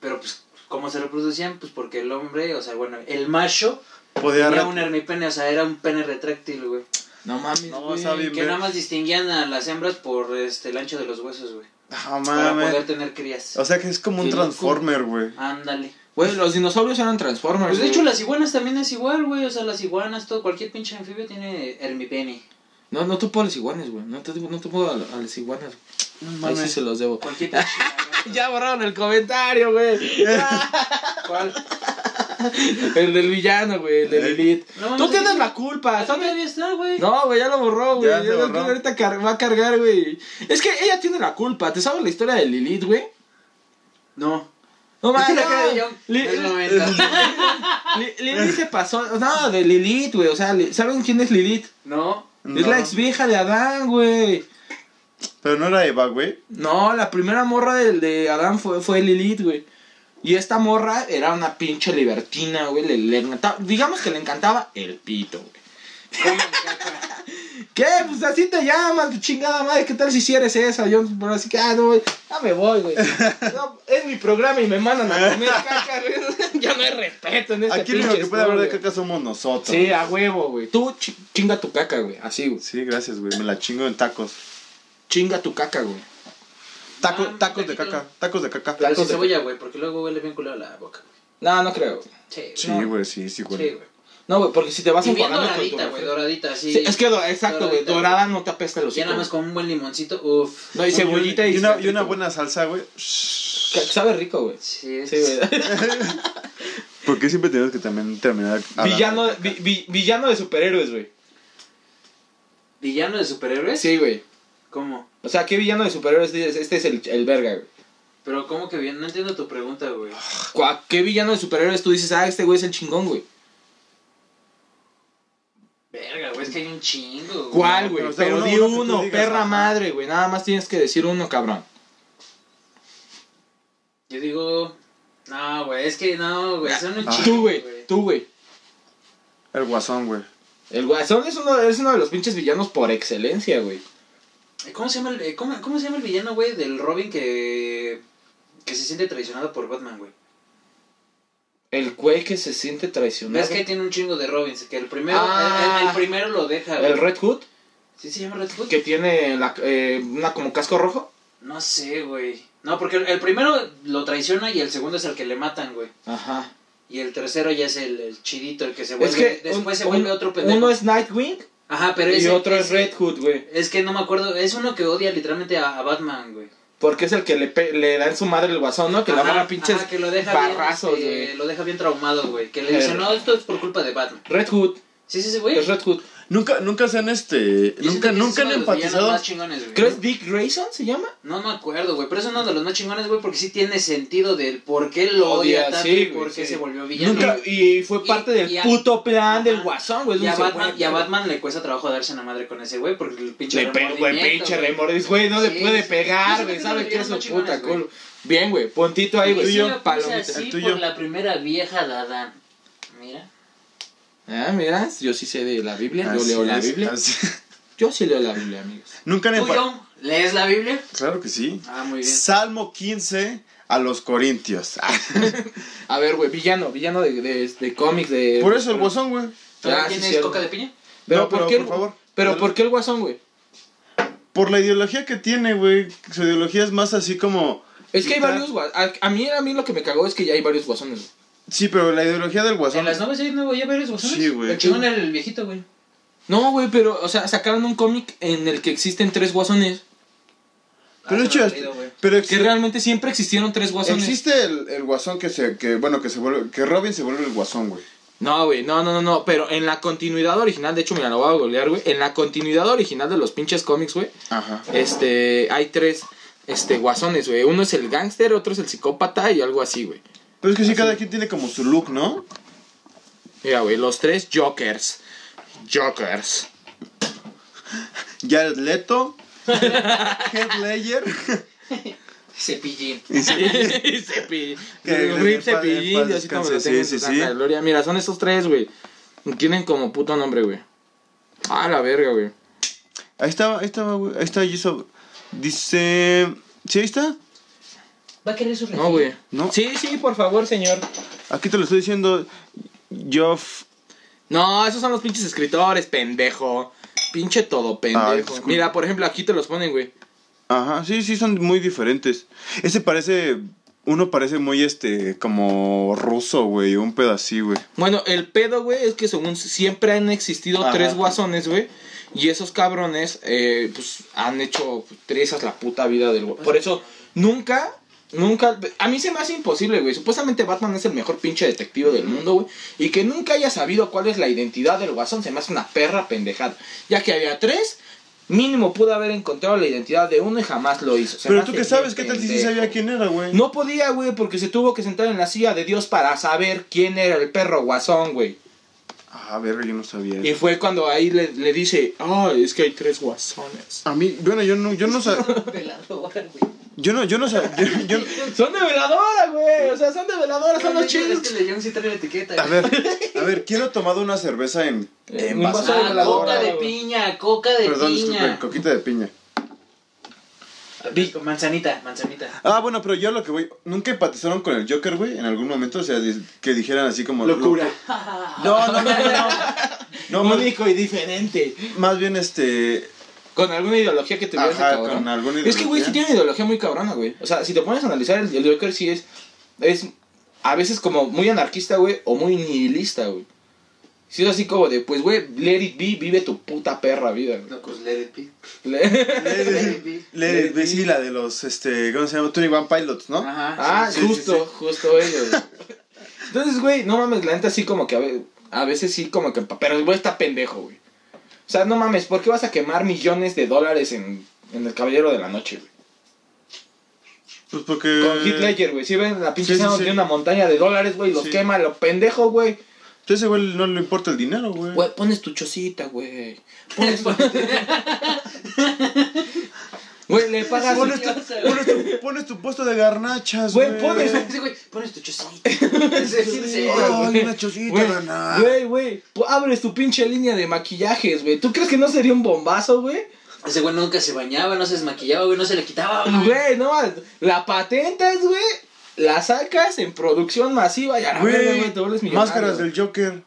Pero pues, ¿cómo se reproducían? Pues porque el hombre, o sea, bueno, el macho Podía era re- un hermipene, o sea, era un pene retráctil, güey. No mames, No, güey. sabe Que nada más distinguían a las hembras por este, el ancho de los huesos, güey. Ah, Para mames. poder tener crías. O sea, que es como un Qué loco. transformer, güey. Ándale. Güey, los dinosaurios eran Transformers, Pues de güey. hecho, las iguanas también es igual, güey. O sea, las iguanas, todo, cualquier pinche anfibio tiene hermipene. No, no topo a los iguanes, güey. No, te- no topo a, a los iguanas. güey. No Ahí sí mames. se los debo. Cualquier pinche. <laughs> Ya borraron el comentario, güey. ¿Cuál? <laughs> el del villano, güey. El del Elite. No, Tú no sé tienes qué- la culpa, ¿sabes? Todavía está, güey. No, güey, ya lo borró, güey. Ya Yo se creo que borró. ahorita car- va a cargar, güey. Es que ella tiene la culpa. ¿Te sabes la historia de Lilith, güey? No. No mames. La cara de no. John. Li- Es 90. Li- Lilith se pasó. No, de Lilith, güey. O sea, li- ¿saben quién es Lilith? No. No. Es la ex vieja de Adán, güey. Pero no era Eva, güey. No, la primera morra de, de Adán fue, fue Lilith, güey. Y esta morra era una pinche libertina, güey. Le, le encantaba, digamos que le encantaba el pito, güey. Comen caca. ¿Qué? Pues así te llamas, tu chingada madre. ¿Qué tal si sí eres esa? Yo, pero así que, ah, no, güey. Ya me voy, <laughs> güey. No, es mi programa y me mandan a comer caca, güey. <laughs> Ya no hay respeto en este Aquí lo pinche único que puede hablar de estudio. caca somos nosotros. Sí, a huevo, güey. Tú chi- chinga tu caca, güey. Así, güey. Sí, gracias, güey. Me la chingo en tacos. Chinga tu caca, güey. Taco- Ah, tacos de taquito. caca. Tacos de caca. Pero sin de- cebolla, güey, porque luego huele bien culero la boca. güey. No, no creo. güey. Sí, Sí, güey. güey, sí, sí, Sí, güey. güey. No, güey, porque si te vas Y bien enfadando con tu doradita, güey, refri- doradita, sí. Sí, es que, do- exacto, güey, Doradita, dorada no te apesta los Ya nada más con un buen limoncito, uff. No, y cebollita y... una, y una buena salsa, güey. Shh. Ca- Sabe rico, güey. Sí, es- Sí, güey. ¿Por qué siempre tenemos que también terminar hablando? <laughs> Villano, vi- vi- villano de superhéroes, güey. ¿Villano de superhéroes? Sí, güey. ¿Cómo? O sea, ¿qué villano de superhéroes dices? Este es el, el verga, güey. Pero ¿cómo que bien? No entiendo tu pregunta, güey. ¿Cuá- ¿Qué villano de superhéroes tú dices, ah, este güey es el chingón, güey? Verga, güey, es que hay un chingo. güey. ¿Cuál, No, güey? pero, o sea, Pero, uno- di uno que tú uno, digas, perra ajá. madre, güey. Nada más tienes que decir uno, cabrón. Yo digo... No, güey, es que no, güey, son un Ah. chingo, Tú, güey. Tú, güey. El guasón, güey. El Guasón es uno, es uno de los pinches villanos por excelencia, güey. ¿Cómo se llama el, eh, cómo, cómo se llama el villano, güey, del Robin que, que se siente traicionado por Batman, güey? El güey que se siente traicionado. Ves que tiene un chingo de Robins, que el primero, Ah. el, el- el primero lo deja, güey. El Red Hood, ¿Sí se llama Red Hood? que tiene la- eh, una como casco rojo. No sé, güey. No, porque el, el primero lo traiciona y el segundo es el que le matan, güey. Ajá. Y el tercero ya es el, el chidito, el que se Es vuelve. que después un- se vuelve un- otro pendejo. Uno es Nightwing Ajá, pero y ese- otro es ese- Red Hood, güey. Es que no me acuerdo. Es uno que odia literalmente a, a Batman, güey. Porque es el que le, pe- le da en su madre el guasón, ¿no? Que le Ajá, agarra pinches ajá, que lo deja barrazos, bien, este, güey. Lo deja bien traumado, güey. Que le dice, Eh. no, esto es por culpa de Batman. Red Hood, Sí, sí, sí, güey. es Red Hood. Nunca, nunca se han este. Yo Nunca, siento que ese nunca han es uno de los villanos empatizado. más chingones, güey. ¿Crees Dick Grayson se llama? No me acuerdo, güey, pero es uno de los más chingones, güey, porque sí tiene sentido del por qué lo odia, Odia, tanto sí, y güey, por qué sí. se volvió villano. Nunca- Y, y fue Y- parte del y a- puto plan del Ajá. guasón, güey. Y a, Dice, Batman, güey, y a Batman le cuesta trabajo darse una madre con ese güey porque el pinche Le pe- güey, remordimiento, pinche güey. remordis, güey, no le Sí, puede sí. pegar, Yo siento güey, que sabe los que es su villanos son puta chingones, culo. Bien, güey, puntito ahí, Y güey. sí me puse palomita. así El tuyo. por la primera vieja de Adán. Mira. Ah, mira, yo sí sé de la Biblia, yo Así leo la es, Biblia. así- Yo sí leo la Biblia, amigos. Nunca han ¿Tú, empatizado. John, lees la Biblia? Claro que sí. Ah, muy bien. Salmo 15 a los Corintios. Ah, A ver, güey, villano, villano de, de, de cómics, de... Por eso el guasón, güey. Ah, ¿Tienes sí, ¿Quién es cierto. Coca de Piña? Pero, No, ¿por pero, qué, por favor. Pero, Dale. ¿por qué el guasón, güey? Por la ideología que tiene, güey. Su ideología es más así como. Es que hay Está- varios guas- a, a mí a mí lo que me cagó es que ya hay varios guasones. güey. Sí, pero la ideología del En guasón. las nubes hay nuevo, ya varios guasones. Sí, güey. El chingón era el viejito, güey. No, güey, pero o sea, sacaron un cómic en el que existen tres guasones, Pero Ah, de hecho, se me olvidó, güey. pero que exi- realmente siempre existieron tres guasones. existe el, el guasón que se, que, bueno, que se vuelve, que Robin se vuelve el guasón, güey. No, güey, no, no, no, no, pero en la continuidad original, de hecho, mira, lo voy a golear, güey. En la continuidad original de los pinches cómics, güey, Ajá. este, hay tres, este, guasones, güey. Uno es el gángster, otro es el psicópata y algo así, güey. Pero es que sí, cada quien tiene como su look, ¿no? Mira, güey, los tres jokers. <laughs> Jokers. Jared Leto, Heath Ledger, Cepillín. Cepi- Que Rip en paz- en Cepillín, paz Dios, así como descanse, lo tengo en sí, sí, su santa sí. gloria. Mira, son estos tres, güey. Tienen como puto nombre, güey. Ah, la verga, güey. Ahí estaba, ahí estaba, güey. Ahí está Jason. Dice. ¿Sí ahí está? ¿Va a querer su No, güey. No. Sí, sí, por favor, señor. Aquí te lo estoy diciendo. Geoff. No, esos son los pinches escritores, pendejo. Pinche todo, Ah, pendejo. disculpa. Mira, por ejemplo, aquí te los ponen, güey. Ajá, sí, sí, son muy diferentes. Ese parece. Uno parece muy este. como ruso, güey. Un pedacito, güey. Bueno, el pedo, güey, es que según siempre han existido Ajá. tres guasones, güey. Y esos cabrones, eh, pues, han hecho pues, trizas la puta vida del güey. Por Pues eso, nunca, nunca... A mí se me hace imposible, güey. Supuestamente Batman es el mejor pinche detective del mundo, güey. Y que nunca haya sabido cuál es la identidad del guasón se me hace una perra pendejada. Ya que había tres, mínimo pudo haber encontrado la identidad de uno y jamás lo hizo. Se me Pero tú hace que sabes, ¿qué bien tal si sí pendejo. sabía quién era, güey? No podía, güey, porque se tuvo que sentar en la silla de Dios para saber quién era el perro guasón, güey. Ah, verga, yo no sabía Y eso. fue cuando ahí le, le dice, ah, es que hay tres guasones. A mí, bueno, yo no, yo no sabía. <laughs> Veladora, güey. Yo no, yo no sabía. Yo, yo- Son de veladora, güey. O sea, son de veladora, son los Es chidos. que le John sí trae la etiqueta. a ver, a ver, quiero tomar una cerveza en. Eh, en un vaso. vaso de Ah, coca veladora, de güey. piña, coca de Perdón, disculpen, piña. coquita de piña. Di- Manzanita, manzanita. Ah, bueno, pero yo lo que voy. ¿Nunca empatizaron con el Joker, güey? En algún momento, o sea, di- que dijeran así como. No, no, no, no. no. No, más, Único y diferente. más bien este. Con alguna ideología que tuviera ese Ajá, cabrón. con alguna Es que, güey, ideología. sí tiene una ideología muy cabrona, güey. O sea, si te pones a analizar, el, el Joker sí es. Es a veces como muy anarquista, güey, o muy nihilista, güey. Si es así como de, pues, güey, let it be, vive tu puta perra vida, güey. <laughs> No, pues let it be. Le- Let it be. Let It Be, sí, la de los, este, ¿cómo se llama? Tony One Pilots, ¿no? Ajá. <laughs> Ah, sí, sí, justo, justo ellos. Entonces, güey, no mames, la neta sí como que a ve- a veces, sí como que... Pero el güey está pendejo, güey. O sea, no mames, ¿por qué vas a quemar millones de dólares en, en El Caballero de la Noche, güey? Pues porque... Con Heath Ledger, güey. Si ven la pinche sí, sí, escena sí. tiene una montaña de dólares, güey, los Sí. quema, lo pendejo, güey. A ese güey no le importa el dinero, Mm. güey. Güey, pones tu chocita, güey. Pones tu... Güey, le pagas... Pones Pones tu, pones tu- pones tu puesto de garnachas, Güey, güey. pones- Sí, güey, pones tu chocita. Sí, sí, sí, güey. Ay, una chocita, Güey, nada. Güey, güey, pu- abres tu pinche línea de maquillajes, güey. ¿Tú crees que no sería un bombazo, güey? Ese güey nunca se bañaba, no se desmaquillaba, güey, no se le quitaba, güey. Güey, no, la patentas, güey. La sacas en producción masiva y a la verga, güey, te vuelves Güey, millonario. máscaras del Joker.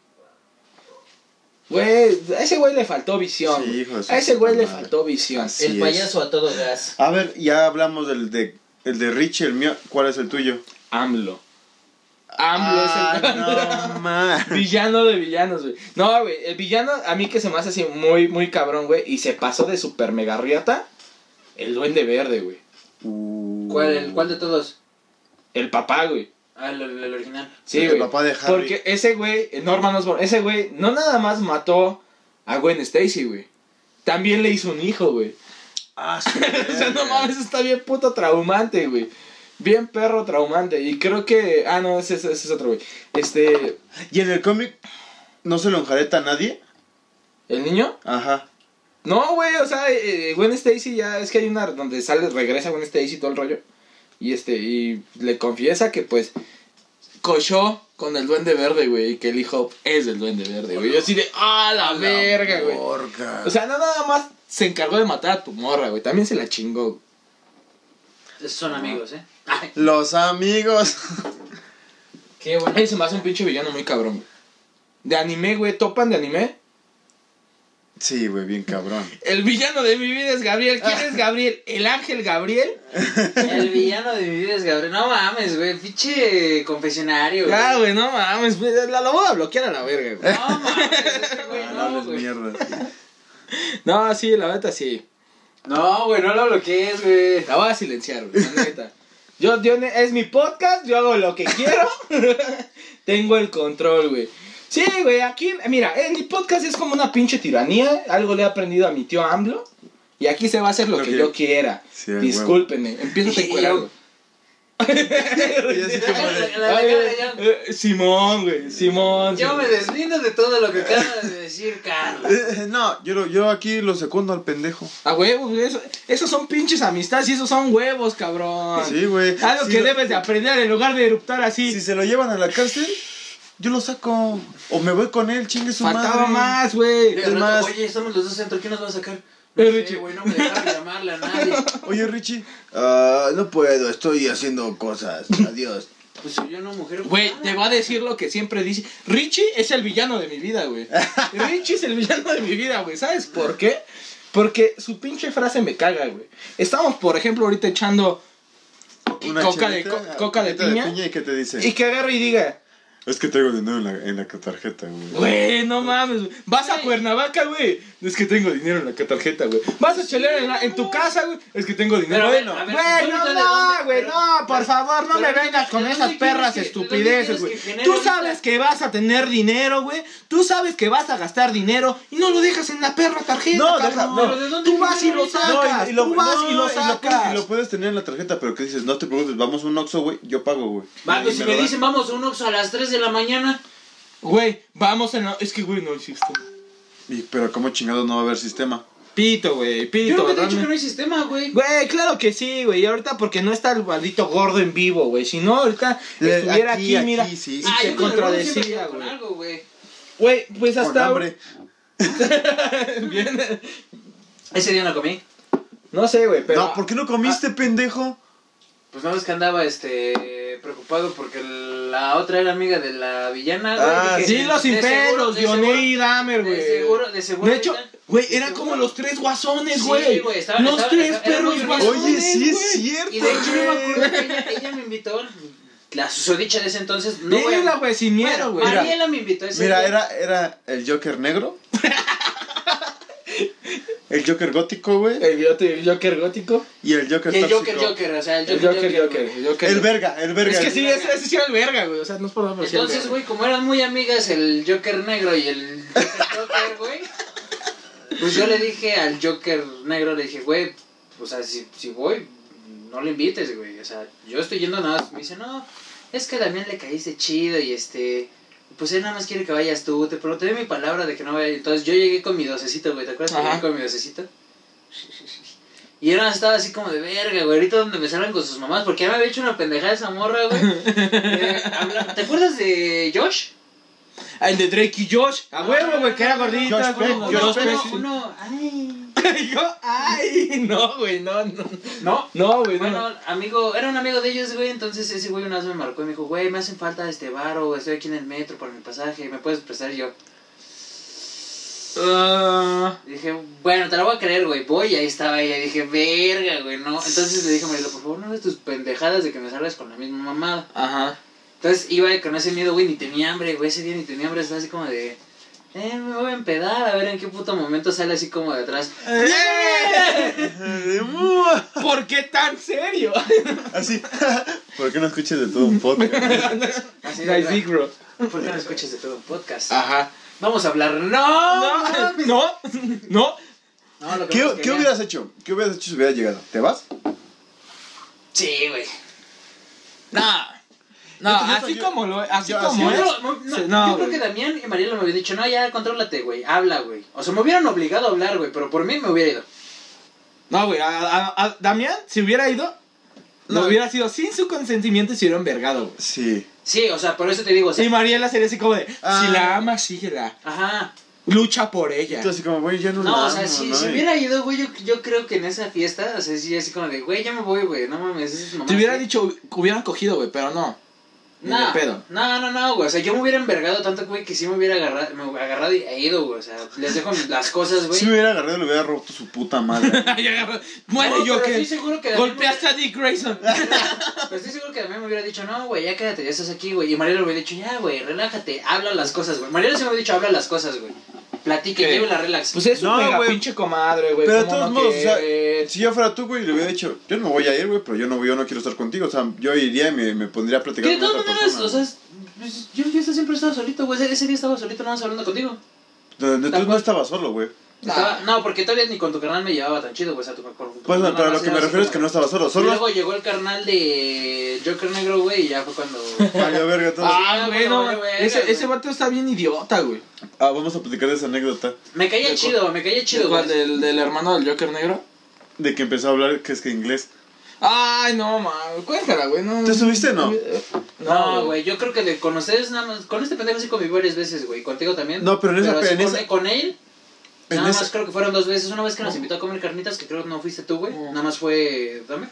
Güey, a ese güey le faltó visión. Sí, güey. hijo de su a ese güey le madre. faltó visión. Así. El es. payaso a todo gas. A ver, ya hablamos del de, el de Richie, el mío. ¿Cuál es el tuyo? AMLO. AMLO <laughs> es el Ah, no, ma. <laughs> Villano de villanos, güey. No, güey, el villano a mí que se me hace así muy, muy cabrón, güey, y se pasó de super mega riata, el duende verde, güey. Uh. ¿Cuál, el, ¿Cuál de todos? El papá, güey. Ah, el, el- el original. Sí, El güey. papá de Harry. Porque ese güey, Norman Osborn, ese güey no nada más mató a Gwen Stacy, güey. También le hizo un hijo, güey. Ah, sí, <laughs> O sea, no mames, está bien puto traumante, güey. Bien perro traumante. Y creo que. Ah, no, ese, ese- ese es otro, güey. Este. Y en el cómic, ¿no se lo enjareta a nadie? ¿El niño? Ajá. No, güey, o sea, eh, eh, Gwen Stacy ya es que hay una donde sale, regresa Gwen Stacy y todo el rollo. Y este, y le confiesa que pues cochó con el duende verde, güey, y que el hijo es del duende verde, güey. Yo así de, ah, la verga, güey. Porca. O sea, no nada más se encargó de matar a tu morra, güey, también se la chingó. Esos son amigos, ¿eh? Ay, Los amigos. <laughs> Qué bueno. Él se me hace un pinche villano muy cabrón, güey. De anime, güey, topan de anime. Sí, güey, bien cabrón. El villano de mi vida es Gabriel. ¿Quién <laughs> es Gabriel? ¿El ángel Gabriel? el villano de mi vida es Gabriel. No mames, güey, pinche confesionario, güey. Ya, Ah, güey, no mames, güey, la, la voy a bloquear a la verga, güey. No mames, ese güey, Ah, no, no, les güey. <laughs> mierda. No, sí, la neta sí. No, güey, no lo bloquees, güey. La voy a silenciar, güey, la neta. Yo, yo, es mi podcast, yo hago lo que quiero. <laughs> Tengo el control, güey. Sí, güey, aquí, mira, en mi podcast es como una pinche tiranía. Algo le he aprendido a mi tío AMLO. Y aquí se va a hacer lo Lo que que- yo quiera. Sí, a huevo. Discúlpenme, <laughs> empiezo a Y encuerar, yo- güey. Y así <laughs> como de, La- la- la- Ay, la- eh, eh, Simón, güey, Simón. Yo Simón. me deslindo de todo lo que acaba de decir, Carlos. "Eh, No, yo, lo- yo aquí lo secundo al pendejo. A huevos, güey, eso- esos son pinches amistades y esos son huevos, cabrón. Sí, güey. Algo Si Ah. que lo- debes de aprender en lugar de eruptar así. Si se lo llevan a la cárcel, yo lo saco. O me voy con él, chingue su Faltaba madre. más, güey. Llega el rato, más- Oye, estamos los dos dentro, ¿quién nos va a sacar? Eh, No Richie. sé, güey, no me dejaron llamarle a nadie. Oye, Richie. "Ah, no puedo, estoy haciendo cosas. <laughs> Adiós. Pues soy yo una mujer. Güey, te va a decir lo que siempre dice. Richie es el villano de mi vida, <laughs> güey. Richie es el villano de mi vida, güey. ¿Sabes por qué? Porque su pinche frase me caga, güey. Estamos, por ejemplo, ahorita echando coca de, chelita, co- coca de coquita piña. ¿Y qué te dice? Y que agarre y diga, Es que traigo dinero en la, en la tarjeta, güey. güey, no mames, güey. Vas a Cuernavaca, güey. Es que tengo dinero en la tarjeta, güey. Vas a chelear en, la- en tu casa, güey. Es que tengo Pero, dinero. a ver, Bueno, a ver, güey, ¿tú no, ahorita de no, dónde? güey, Pero- no, por favor, no pero me ¿dónde- vengas con de dónde esas quieres perras que- de dónde estupideces, quieres güey. que genere Tú ahorita? sabes que vas a tener dinero, güey. Tú sabes que vas a gastar dinero y no lo dejas en la perra tarjeta, No, cabrón. deja- no. ¿Pero de dónde Tú vas y genera lo eso? sacas, tú vas y lo puedes- sacas. Y lo puedes tener en la tarjeta, pero ¿qué dices? No te preocupes, vamos a un Oxxo, güey. Yo pago, güey. Vato, Y pues, pues, si lo me dan. dicen vamos a un Oxxo a las 3 de la mañana. Güey, vamos en la... Es que, güey, no existe. Y, pero ¿cómo chingado no va a haber sistema? Pito, güey, Yo pito. no te he dicho dame. que no hay sistema, güey. Güey, claro que sí, güey. Y ahorita porque no está el maldito gordo en vivo, güey. Si no, ahorita Eh, estuviera aquí, aquí, aquí, mira. sí, sí. y Ah, te yo con el gordo siempre contradecía, quedo con güey. algo, güey. Güey, pues Con hasta. hambre. <laughs> Bien. Ese día no comí. No sé, güey, pero. Ah. No, ¿por qué no comiste, pendejo? Pues no es que andaba este preocupado porque la otra era amiga de la villana, güey. Ah, Dije, Sí, los de sin seguro, pedos, de seguro- Dioné y Dahmer, güey. De seguro, de seguro. De hecho, ahorita- güey, de era seguro. como los tres guasones, Sí, güey. güey, estaba- los estaba- tres estaba- era perros muy guasones. gracioso. Oye, sí es güey. cierto. Y de hecho yo me güey. acuerdo que <laughs> ella, ella me invitó. La susodicha de ese entonces. No voy a- Dímela, güey, sin miedo, Bueno, güey. Mira. Mariela me invitó ese Mira, <laughs> día. era, era el Joker negro. El Joker gótico, güey. El Joker- el Joker gótico. Y el Joker Y el tóxico. Joker Joker, o sea, el El Joker Joker. Joker, Joker. güey. El Joker. El verga, el verga. Es que el- sí, ese, ese sí era el verga, güey. O sea, no es por nada, pero sí era el Entonces, verga. güey, como eran muy amigas el Joker negro y el Joker Joker, güey. Pues yo le dije al Joker negro, le dije, güey, o sea, si, si voy, no le invites, güey. O sea, yo estoy yendo nada más. Me dice, no, es que también le caíste chido y este. Pues él nada más quiere que vayas tú, te, pero te doy mi palabra de que no vaya. Entonces yo llegué con mi docecito, güey, ¿te acuerdas que Ajá. llegué con mi docecito? Y yo nada más estaba así como de verga, güey, ahorita donde me salgan con sus mamás, porque ya me había hecho una pendejada esa morra, <laughs> güey. Eh, habla- ¿Te acuerdas de Josh? Ah, El de Drake y Josh. A huevo, güey, que era gordito. Josh a huevo. Peck, uno, Josh Peck, uno, sí. uno, ay. <laughs> Yo, ay, no, güey, no, no. No, No, güey, no. Pues no. bueno, amigo, era un amigo de ellos, güey, entonces ese güey una vez me marcó y me dijo, güey, me hacen falta este varo, estoy aquí en el metro para mi pasaje, ¿me puedes prestar Y yo? Ah, Dije, bueno, te la voy a creer, güey, voy, y ahí estaba ella, dije, verga, güey, no. Entonces le dije, Mariela, por favor, no hagas tus pendejadas de que me salgas con la misma mamada. ajá. Entonces iba con ese miedo, güey, ni tenía hambre, güey, ese día ni tenía hambre, estaba así como de, eh, me voy a empedar, a ver en qué puto momento sale así como de atrás. ¿Por qué tan serio? <laughs> Así. <laughs> ¿Por qué no escuches de todo un podcast? <laughs> Así de Nice atrás. dick, bro. ¿Por qué no escuchas de todo un podcast? <laughs> Ajá. Vamos a hablar. ¡No! No, no, no. <laughs> No, lo que ¿Qué, más ¿Qué quería- hubieras hecho? ¿Qué hubieras hecho si hubieras llegado? ¿Te vas? Sí, güey. No, no, Yo te- yo te- así yo- como lo así yo- como así es. Yo, no, no, Sí, no, yo creo que güey. Damián y Mariela me habían dicho, no, ya, contrólate, güey, habla, güey. O sea, me hubieran obligado a hablar, güey, pero por mí me hubiera ido. No, güey, a, a- a Damián, si hubiera ido, no No. hubiera sido sin su consentimiento y se hubiera envergado, güey. Sí. Sí, o sea, por eso te digo, o sea, Y Mariela sería así como de, Ah. si la amas, síguela, Ajá. lucha por ella. Tú así como, güey, ya no Pues No, la o sea, amo, si, ¿no? si Y- hubiera ido, güey, yo, yo creo que en esa fiesta, o sea, sí, así como de, güey, ya me voy, güey, no mames, esas mamadas Te hubiera que- dicho, hubiera cogido, güey, pero <laughs> no. Ni de No, pedo. no, no, no, güey. O sea, yo me hubiera envergado tanto, güey, que sí me hubiera agarrado, me hubiera agarrado y e ido, güey. O sea, les dejo las cosas, güey. Si me hubiera agarrado, le hubiera roto su puta <laughs> madre. Ay, agarra- Muere No, yo pero que Estoy seguro que Damián golpeaste a Dick Grayson. me- pero estoy seguro que también me hubiera dicho, no, güey, ya quédate, ya estás aquí, güey. Y Mariela me hubiera dicho, ya, güey, relájate, habla las cosas, güey. Mariela se me hubiera dicho, habla las cosas, güey. Platique, ¿Qué? lleve la relax. <laughs> Pues es No, un mega güey. pinche comadre, güey. Pero de ¿cómo todos no modos, o sea, quieres? si yo fuera tú, güey, le hubiera dicho, yo no me voy a ir, güey, pero yo no, yo no quiero estar contigo. O sea, yo iría y me, me pondría a platicar que de con todas otra maneras, persona. o sea, es- pues, yo en fiesta siempre estaba solito, güey. Ese, ese día estaba solito, nada más hablando contigo. Donde tú tal no cual. estabas solo, güey. Nah. Estaba- no, porque todavía ni con tu carnal me llevaba tan chido, güey. O sea, tu, con, con tu Pues, carnal pero a más lo que era me así refiero es como- que no estaba solo. Y Solo luego llegó el carnal de Joker Negro, güey, y ya <laughs> fue cuando. <laughs> valió verga todo. Ah, Ah, no, güey, no, vale, verga, ese, güey. ese vato está bien idiota, güey. Ah. ah, vamos a platicar de esa anécdota. Me caía ¿De chido, me caía chido, ¿Cuál? güey. ¿Del, del hermano del Joker negro? De que empezó a hablar, que es que inglés. Ay, no, mames, cuéntala, güey, no. ¿Te subiste o no? No, güey, yo creo que de- con ustedes nada más. Con este pendejo sí conviví varias veces, güey. Contigo también. No, pero en esa- así en con, esa- con él, En nada esa- Oh. más creo que fueron dos veces. Una vez que nos invitó a comer carnitas, que creo que no fuiste tú, güey. No. Nada más fue. Dame.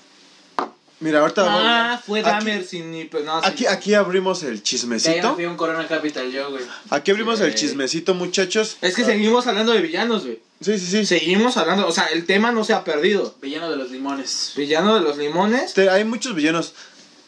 Mira, ahorita vamos. Ah, fue Aquí- Dahmer sin ni. pues, No, sí. Aquí, aquí abrimos el De ahí me chismecito. fui a un Corona Capital yo, güey. Aquí abrimos Eh. el chismecito, muchachos. Eh, Es que seguimos hablando de villanos, güey. Sí, sí, sí. Seguimos hablando, o sea, el tema no se ha perdido. Villano de los limones. Villano de los limones. Este, hay muchos villanos.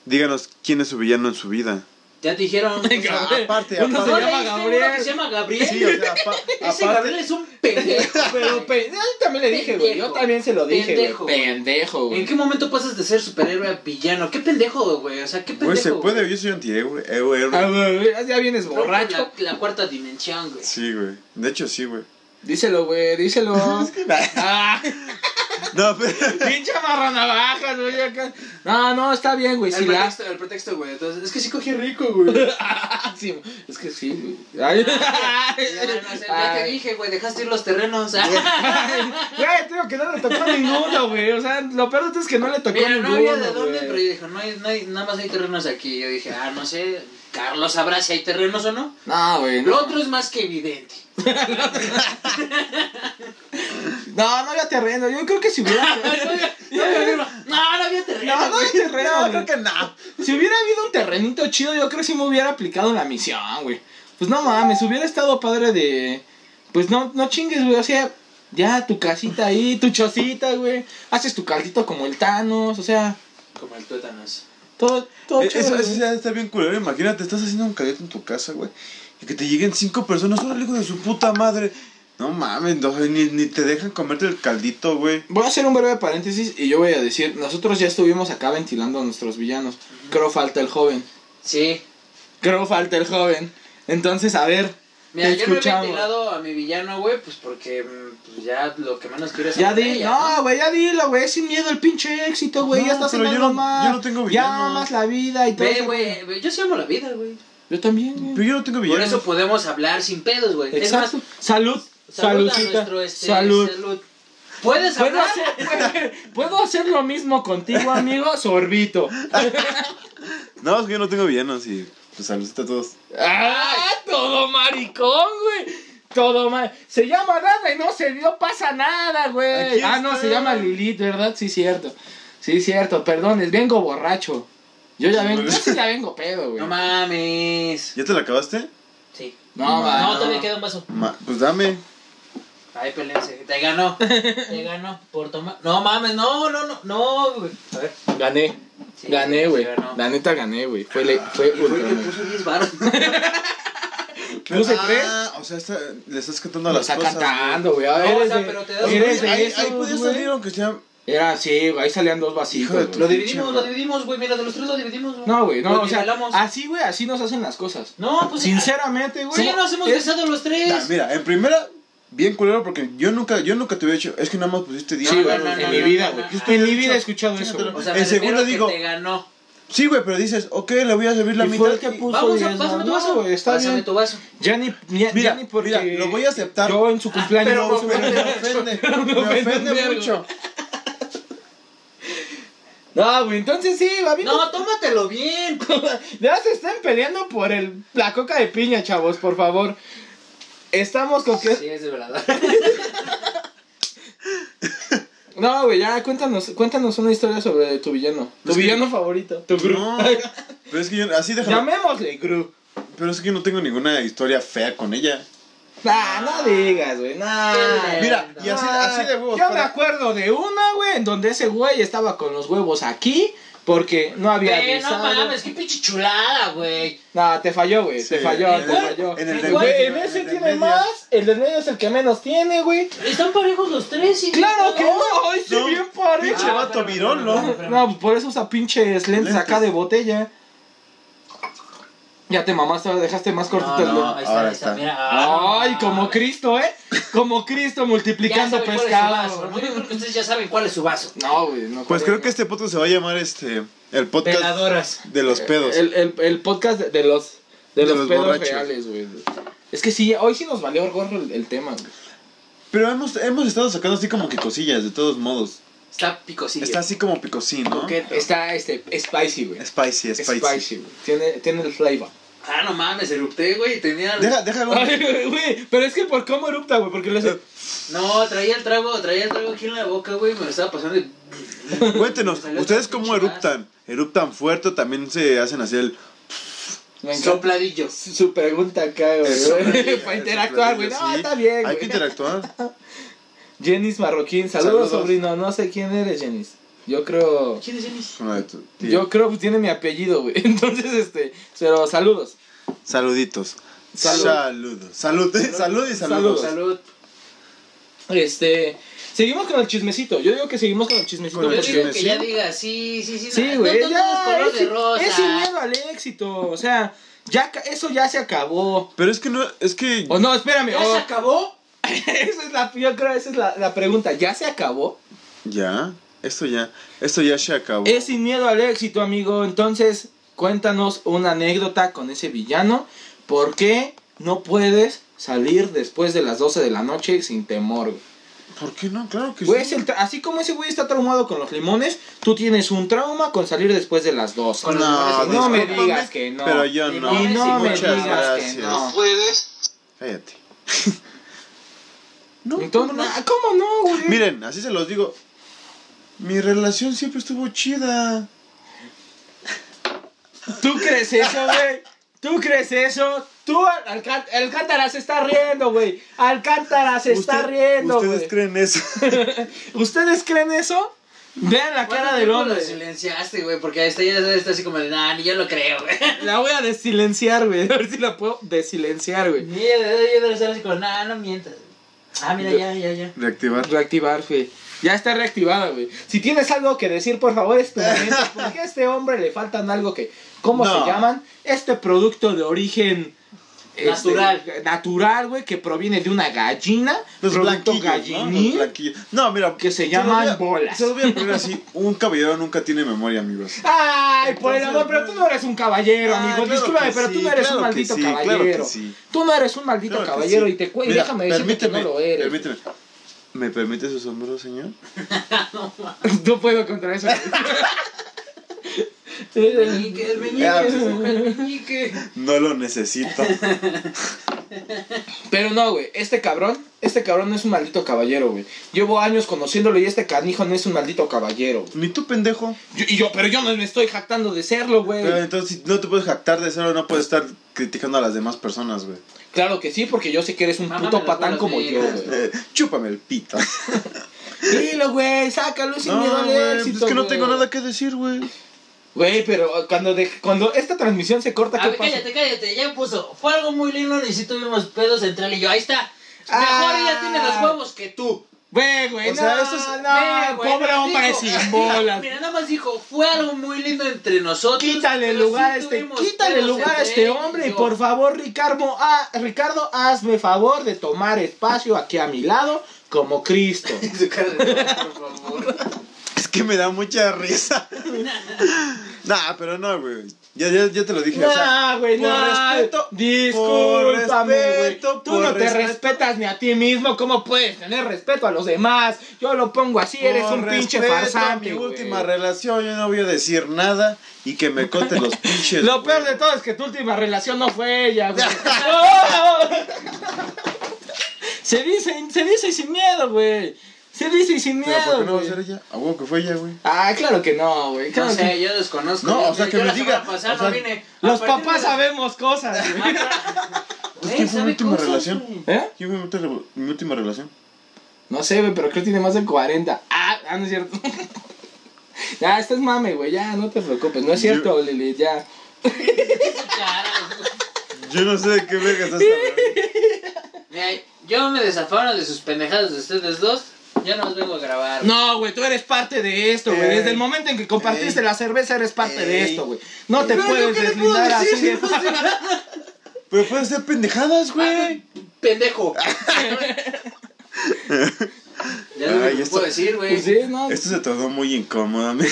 Díganos quién es su villano en su vida. Ya te dijeron. sea, Gabriel. aparte, Uno se aparte. llama leíste uno Gabriel. que se llama Gabriel? Sí, o sea, apa- <laughs> Ese Gabriel aparte. es un <laughs> pendejo. Pero pe- él también le dije, güey. Yo Pendejo. también se lo dije, Pendejo, güey. güey. Pendejo, ¿En qué momento pasas de ser superhéroe a villano? ¿Qué pendejo, güey? O sea, ¿qué pendejo? Güey, se güey? puede, yo soy antihéroe. Ah, héroe. güey, Ya vienes Rompe borracho. La, la cuarta dimensión, güey. Sí, güey. De hecho, sí, güey. Díselo, güey, díselo. <laughs> Ah, No, <laughs> pero. pinche marranavajas, güey. acá. No, no, está bien, güey. el, Si la. pretexto, el pretexto, güey. Entonces, es que sí cogí rico, <laughs> güey. Ah, <laughs> sí, es que sí, güey. Ay, Ah, Ya, no, no sé, ya te ay. dije, güey, dejaste ir los terrenos. ah. <laughs> Güey, te digo que no le tocó ninguno, güey. O sea, lo peor de todo es que no le tocó Mira, ninguno. no había de dónde, güey. pero yo dije, no hay, no hay, nada más hay terrenos aquí. Yo dije, ah, no sé, Carlos sabrá si hay terrenos o no. No, güey. Lo No. otro es más que <laughs> evidente. no, no había terreno. Yo creo que <laughs> si hubiera. No, no, no, no había terrenos. No, no había terreno. No, güey. creo que no. Si hubiera habido un terrenito chido, yo creo que sí me hubiera aplicado la misión, güey. Pues no mames, hubiera estado padre de. Pues no, no chingues, güey. O sea, ya tu casita ahí, tu chocita, güey. Haces tu caldito como el Thanos, o sea, Como el tuétanos. todo, todo Eh, chido. Eso, eso güey. ya está bien culero. Imagínate, estás haciendo un cadete en tu casa, güey. Y que te lleguen cinco personas. Ahora, hijo de su puta madre. No mames, no, ni, ni te dejan comerte el caldito, güey. Voy a hacer un breve paréntesis y yo voy a decir, nosotros ya estuvimos acá ventilando a nuestros villanos. Creo falta el joven. Sí. Creo falta el joven. Entonces, a ver, Mira, yo Te no he escuchamos. ventilado a mi villano, güey, pues porque mm, pues, ya lo que menos quiero es Pues ya hablar de di, ella, no, güey, ya dilo, güey, sin miedo el pinche éxito, güey, No, ya estás en pero yo algo no- más. yo no tengo Ya villano. amas la vida y todo. Ve, eso. güey, ve, yo sí amo la vida, güey. Yo también, Pero güey. yo no tengo Por villanos. eso podemos hablar sin pedos, güey. Es más, Exacto. Salud, salud a saludcita. nuestro, este, salud. ¿Puedes ¿Puedo hablar? hacer, <laughs> puedo- puedo hacer lo mismo contigo, amigo? Sorbito. No, es que yo no tengo villanos y pues saludos a todos. ¡Ah! Todo maricón, güey. Todo mal. Se llama nada y no se no pasa nada, güey. Aquí Ah, no, está. se llama Lilith, ¿verdad? Sí, cierto. Sí, cierto. Perdón, les vengo borracho. Yo ya vengo, yo sí ya vengo pedo, güey. No mames. ¿Ya te la acabaste? Sí. No, Ah, no, no, todavía queda un vaso. Ma- pues dame. Ay, pelense. Te <laughs> ganó. Te gano por tomar. No mames, no, no, no, no, güey. A ver. Gané. Sí, Gané, güey. sí, ganó. La neta gané, güey. Fue, le, fue Güey, ultra, le güey. puso 10 baros. Puse Ah, tres. O sea, esta- le estás cantando Lo las está cosas. cantando, güey. A No, ver, o eres sea, de- pero te das güey. eres cuenta, de Ahí, esos, ahí podías güey. salir aunque sea. Era, sí, güey. Ahí salían dos vasitos, Hijo de güey. tu- Lo dividimos, Pinche, lo güey. dividimos, güey. Mira, de los tres lo dividimos, güey. No, güey, no, Lo o sea, ah, nivelamos. así, güey, así nos hacen las cosas. No, pues. Sinceramente, güey. Sí, nos hemos es- besado los Ah, tres. mira, en primera, bien culero porque yo nunca, yo nunca te hubiera hecho. Es que nada más pusiste 10. Sí, güey, no, no, en no, mi no, vida, no, güey. no. Yo en mi vida he escuchado eso. Fíjatelo. O sea, En me segundo refiero que digo- te ganó. Sí, güey, pero dices, ok, le voy a servir la Y mitad. fue el que y- puso Vamos, a- diez, pásame tu no, vaso. güey, está pásame bien. tu vaso. Ya ni, ni- ya Mira, ni porque... mira, lo voy a aceptar. Yo en su cumpleaños... pero, no, pero me ofende, <laughs> me ofende mucho. no, güey, entonces sí, a mí No, tómatelo bien. <laughs> Ya se están peleando por el, la coca de piña, chavos, por favor. Estamos con que... Sí, es de verdad. No, güey, ya, cuéntanos, cuéntanos una historia sobre tu villano. Tu Es que- villano favorito. Tu Gru. No, <laughs> pero es que yo, así déjalo. Llamémosle Gru. Pero es que yo no tengo ninguna historia fea con ella. Nah, no digas, güey, nah. Qué leve. Mira, y así, Ah, así de huevos. Yo me para- acuerdo de una, güey, en donde ese güey estaba con los huevos aquí porque no había Güey, no avisado. mames, qué pinche chulada, güey. Nah, te falló, güey, te Sí, falló, en te el- falló. en el Güey, del medio, en en ese el del tiene medio. más, el del medio es el que menos tiene, güey. Están parejos los tres, sí. Claro que no, ay, sí, no. bien parejo. Pinche Ah, vato espérame, virón, espérame, ¿no? espérame. No, pues por eso usa pinches lentes Lentes. acá de botella. Ya te mamaste, ahora dejaste más cortito No, el no, dedo. ahí Ahora está, ahí está. está. Mira, ah, Ay, no, como mames. Cristo, ¿eh? Como Cristo Ya multiplicando saben cuál es su vaso, pescado. ¿no? Yo creo que ustedes ya saben cuál es su vaso. No, güey, no. Pues joder. creo que este podcast se va a llamar este. El podcast Veladoras. de los pedos. El, el, el podcast de, de los de, De los, los pedos borrachos. reales, güey. Es que sí, hoy sí nos valió gorro el, el tema, güey. Pero hemos, hemos estado sacando así como que cosillas, de todos modos. Está picosilla. Está así como picosín, ¿no? coqueto. Está este spicy, güey. Spicy, spicy. Spicy, güey. Tiene, tiene el flavor. Ah, no mames, erupté, güey. Tenía. Deja, deja un- Ay, güey, pero es que por cómo erupta, güey, porque le hace No, traía el trago, traía el trago aquí en la boca, güey. Me lo estaba pasando. y- Cuéntenos, Me salió ¿ustedes otro cómo pinche eruptan? ¿Eruptan fuerte o también se hacen así el. Me encanta. Sopladillo. su, su pregunta acá, <laughs> Pues, güey. <laughs> Para interactuar, güey. No, Sí, está bien, Hay que güey. interactuar. Jenis Marroquín, saludos, Saludos. sobrino. No sé quién eres, Jenis. Yo creo. ¿Quién es Janis? Con la de tu tía. Yo creo que tiene mi apellido, güey. <laughs> Entonces, este. Pero saludos. Saluditos. Salud. Saludos. Salud, eh, salud y <laughs> saludos. Salud. Este. Seguimos con el chismecito. Yo digo que seguimos con el chismecito. Con el Yo porque- digo que ya ¿Sí? diga, sí, sí, sí. Sí, no, güey. No, no, ya, color es, de rosa. es sin miedo al éxito. O sea, ya, ca- eso ya se acabó. Pero es que no, es que. O no, espérame. ¿Ya o- se acabó? <laughs> esa es la, yo creo esa es la, la pregunta. ¿Ya se acabó? Ya, esto ya, esto ya se acabó. Es sin miedo al éxito, amigo. Entonces, cuéntanos una anécdota con ese villano. ¿Por qué no puedes salir después de las 12 de la noche sin temor, güey? ¿Por qué no? Claro que Güey, es sí. el tra- así como ese güey está traumado con los limones, tú tienes un trauma con salir después de las 12. Con los No, limones, no me discúlpame, digas que no. Pero yo no. y Limones no me Muchas digas gracias. que no. <laughs> Cállate. no, Entonces, ¿cómo no? na- ¿cómo no, güey? Miren, así se los digo. Mi relación siempre estuvo chida. ¿Tú crees eso, güey? ¿Tú crees eso? Tú, Alcá- Alcántara se está riendo, güey. Alcántara se está Usted- riendo, ¿Ustedes güey. creen eso? ¿Ustedes creen eso? Vean la cara ¿Cuánto del tiempo lo hombre. silenciaste, güey, porque esta ya está así como de, nah, ni yo lo <laughs> creo, güey. La voy a <laughs> desilenciar, güey. A ver si la puedo desilenciar, güey. Mira, yo debo estar así como, nah, no mientas. Ah, mira, ya, ya, ya. Reactivar. Reactivar, güey. Ya está reactivada, güey. Si tienes algo que decir, por favor, es <laughs> tu momento. Porque a este hombre le faltan algo que. ¿Cómo No. se llaman? Este producto de origen. este, Natural. natural, güey, que proviene de una gallina. Los producto blanquillos, ¿no? Los gallinil. blanquillos. No, mira. Que se yo llaman lo voy a- bolas. Se lo voy a poner así. Un caballero nunca tiene memoria, amigos. Ay, por el Entonces, amor, pero tú no eres un caballero, Ah, amigo. claro Discúlpame, que pero tú sí, no eres claro un que maldito sí, claro caballero. que sí. Tú no eres un <laughs> maldito Claro que caballero sí. y te cu- y Mira, déjame decirte que no permíteme, lo eres. Permíteme. ¿Me permite su sombrero, señor? No puedo contra eso. El meñique, el meñique, Ya, pues. el meñique. No lo <laughs> necesito. <laughs> Pero no, güey, este cabrón, este cabrón no es un maldito caballero, güey. Llevo años conociéndolo y este canijo no es un maldito caballero. güey. Ni tú, pendejo. Yo- y yo, pero yo no me estoy jactando de serlo, güey. Pero entonces, si no te puedes jactar de eso, no puedes estar criticando a las demás personas, güey. Claro que sí, porque yo sé que eres un Mámame puto las patán bolas, como güey. yo, güey. Eh, chúpame el pito. Dilo, güey, sácalo <laughs> sin No, miedo al güey, pues éxito. es que no güey. tengo nada que decir, güey. Güey, pero cuando, de- cuando esta transmisión se corta, A ¿qué ver, pasa? cállate, cállate, ya puso. Fue algo muy lindo y si tuvimos pedos entre él y yo. Ahí está. Mejor Ah. ella tiene los huevos que tú. Güey, güey, O no, sea, eso es- Mira, no, güey, pobre no, hombre dijo- <laughs> sin <laughs> bolas. Mira, nada más dijo, fue algo muy lindo entre nosotros. Quítale pero lugar sí a este, tuvimos quítale pedos lugar a entre este él hombre y yo. por favor, Ricardo, ah, Ricardo, hazme favor de tomar espacio aquí a mi lado como <laughs> Cristo. Su cara de- por <laughs> favor. Es que me da mucha <laughs> risa. <laughs> nah, pero no, güey. Ya, ya, ya te lo dije. o sea, No, güey, por no. respeto, Discúlpame, por güey. respeto, Tú por no te respeto. respetas ni a ti mismo. ¿Cómo puedes tener respeto a los demás? Yo lo pongo así, eres Con un pinche respeto a farsante. Mi güey. última relación, yo no voy a decir nada y que me conten <laughs> los pinches. Lo peor de güey. todo es que tu última relación no fue ella, güey. ¡Oh! <laughs> se dice, se dice y sin miedo, güey. Se dice y sin Pero ¿por miedo. qué no va a güey. ser ella? A huevo que fue ella, güey. Ah, claro que no, güey. No claro sé, que- yo desconozco. No, Yo- o sea, yo que la me semana diga, pasada o sea, no vine. Los A partir papás de la- <laughs> sabemos cosas, güey. Entonces, Güey, ¿quién fue mi sabe última cosas, relación? güey. <laughs> ¿Eh? ¿Quién fue mi última, mi última relación? No sé, güey, pero creo que tiene más de 40. Ah, ah, no es cierto. <laughs> ya, este es mame, güey. Ya, no te preocupes. No es cierto, Lili. Ya. Yo no sé de qué verga <laughs> estás hablando. Mira, yo me desafaron de sus pendejadas de ustedes dos. Yo no los vengo a grabar. No, güey, tú eres parte de esto, güey. Ey. Desde el momento en que compartiste Ey. la cerveza, eres parte Ey. de esto, güey. No te Pero yo puedes qué le puedo deslindar así decir, de no sé. Pero pueden ser pendejadas, güey. <laughs> Pendejo. ya lo Ay, que esto- puedo decir, güey. Pues sí, no. Esto se tornó muy incómodo, <laughs> amigo.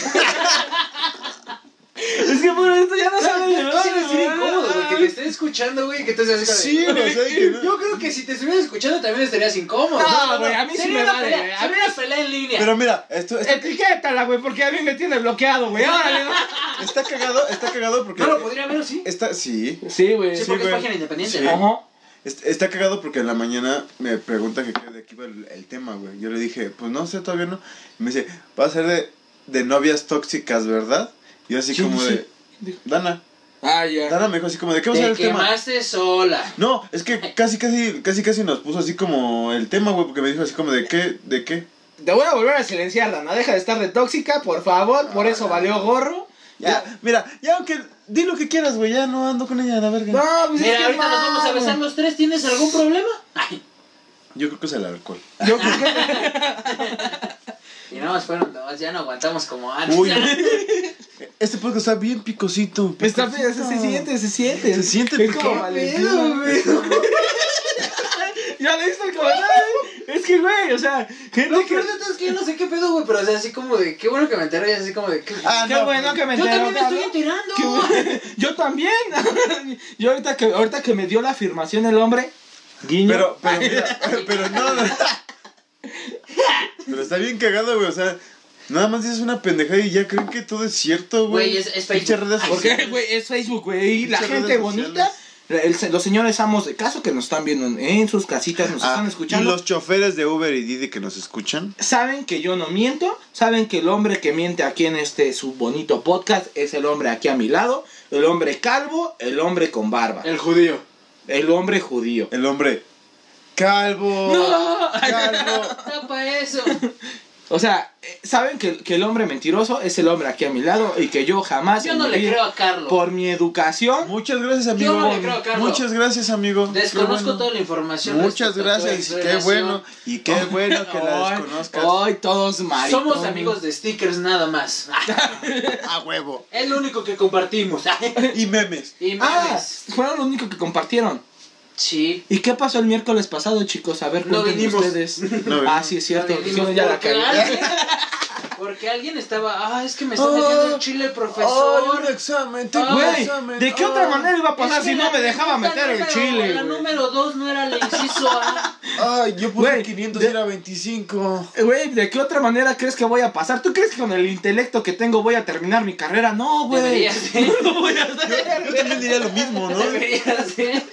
Es que por esto ya no sabes de Sí, es bien incómodo, güey, que te verdad. esté escuchando, güey, que te estés así Sí, como de- güey, ¿sabes qué? Yo creo que si te estuvieras escuchando también estarías incómodo. No, güey, a mí sí Sería me una vale, pelea, güey. A mí- Sería una pelea en línea. Pero mira, esto, esto- Etiquétala, güey, porque a mí me tiene bloqueado, güey. Órale, va. está cagado, está cagado porque. Ah. No lo podría ver, ¿o sí? Está, sí. Sí, güey. Sí, Sí, porque es güey. página independiente. Sí. ¿no? Ajá. Est- Está cagado porque en la mañana me pregunta que qué- de qué iba el, el tema, güey. Yo le dije, pues no sé, todavía no. Y me dice, va a ser de, de novias tóxicas, ¿verdad? Y yo así Sí, como sí. de, Dana, Ah, ya. Dana me dijo así como de, ¿qué va a ser Te el tema? quemaste sola. No, es que casi, casi, casi, casi nos puso así como el tema, güey, porque me dijo así como de, ¿qué? ¿De qué? Te voy a volver a silenciar, Dana. Deja de estar de tóxica, por favor. Por eso valió gorro. Ya, mira, ya aunque, di lo que quieras, güey, ya no ando con ella, la verga. No, pues es que Mira, ahorita nos vamos a mal, besar los tres. ¿Tienes algún problema? Ay. Yo creo que es el alcohol. güey. <laughs> Yo creo que- Y nada más fueron dos, ya no aguantamos como antes. Uy, este podcast está bien picosito. Está feo, picosito. se, se siente, se siente. Se siente Es como picante. Valentina. Ya le hizo el comentario. Es que, güey, o sea, gente No, que. pero de todo es que yo no sé qué pedo, güey, pero o sea, así como de, qué bueno que me enteré, y así como de, qué- Ah, Qué no, bueno que me yo enteró, también me estoy cabrón. enterando. Qué bueno. <laughs> Yo también. Yo ahorita que, ahorita que me dio la afirmación el hombre. Guiño. Pero, pero, mira, <laughs> pero no, no. Pero está bien cagado, güey. O sea, nada más dices una pendejada y ya creen que todo es cierto, güey. Güey, es- es Pinche Facebook. redes <laughs> ¿Por qué, sociales. güey? Es Facebook, güey. Y la Muchas gente redes bonita. el- los señores amos de caso que nos están viendo en, en sus casitas, nos Ah, están Y escuchando. los choferes de Uber y Didi que nos escuchan. Saben que yo no miento, saben que el hombre que miente aquí en este su bonito podcast es el hombre aquí a mi lado, el hombre calvo, el hombre con barba, El judío. el hombre judío. El hombre calvo. No. Calvo. Tapa eso. O sea, eh, saben que, que el hombre mentiroso es el hombre aquí a mi lado y que yo jamás. Yo en no mi le vida, creo a Carlos. Por mi educación. Muchas gracias, Yo amigo. no le creo a Carlos. Muchas gracias, amigo. Qué Desconozco bueno. toda la información. Muchas respecto a tu gracias, y qué relación. bueno. Y qué bueno que la Hoy- desconozcas. Hoy todos maritos. Somos amigos de stickers nada más. Ah, A huevo. Es lo único que compartimos. Y memes. Y Ah, memes. fueron los únicos que compartieron. Sí. ¿Y qué pasó el miércoles pasado, chicos? A ver, No cuenten <laughs> vinimos. ustedes. No ah, vinimos. sí, es cierto. Porque hicieron ya la porque cagué. alguien- <laughs> Porque alguien estaba, ah, es que me está Oh, metiendo el chile el Ay, profesor. un examen, Ah, tengo un Güey, examen. ¿de qué Ah. otra manera iba a pasar Es que si no la me dejaba pregunta meter el número- chile? La güey? número 2 no era la inciso A. Ay, yo puse Güey, 500 de- y era 25. Güey, ¿de qué otra manera crees que voy a pasar? ¿Tú crees que con el intelecto que tengo voy a terminar mi carrera? No, güey. Deberías de. No voy a Yo hacer. también diría lo mismo, <laughs> <laughs> ¿no? Deberías de.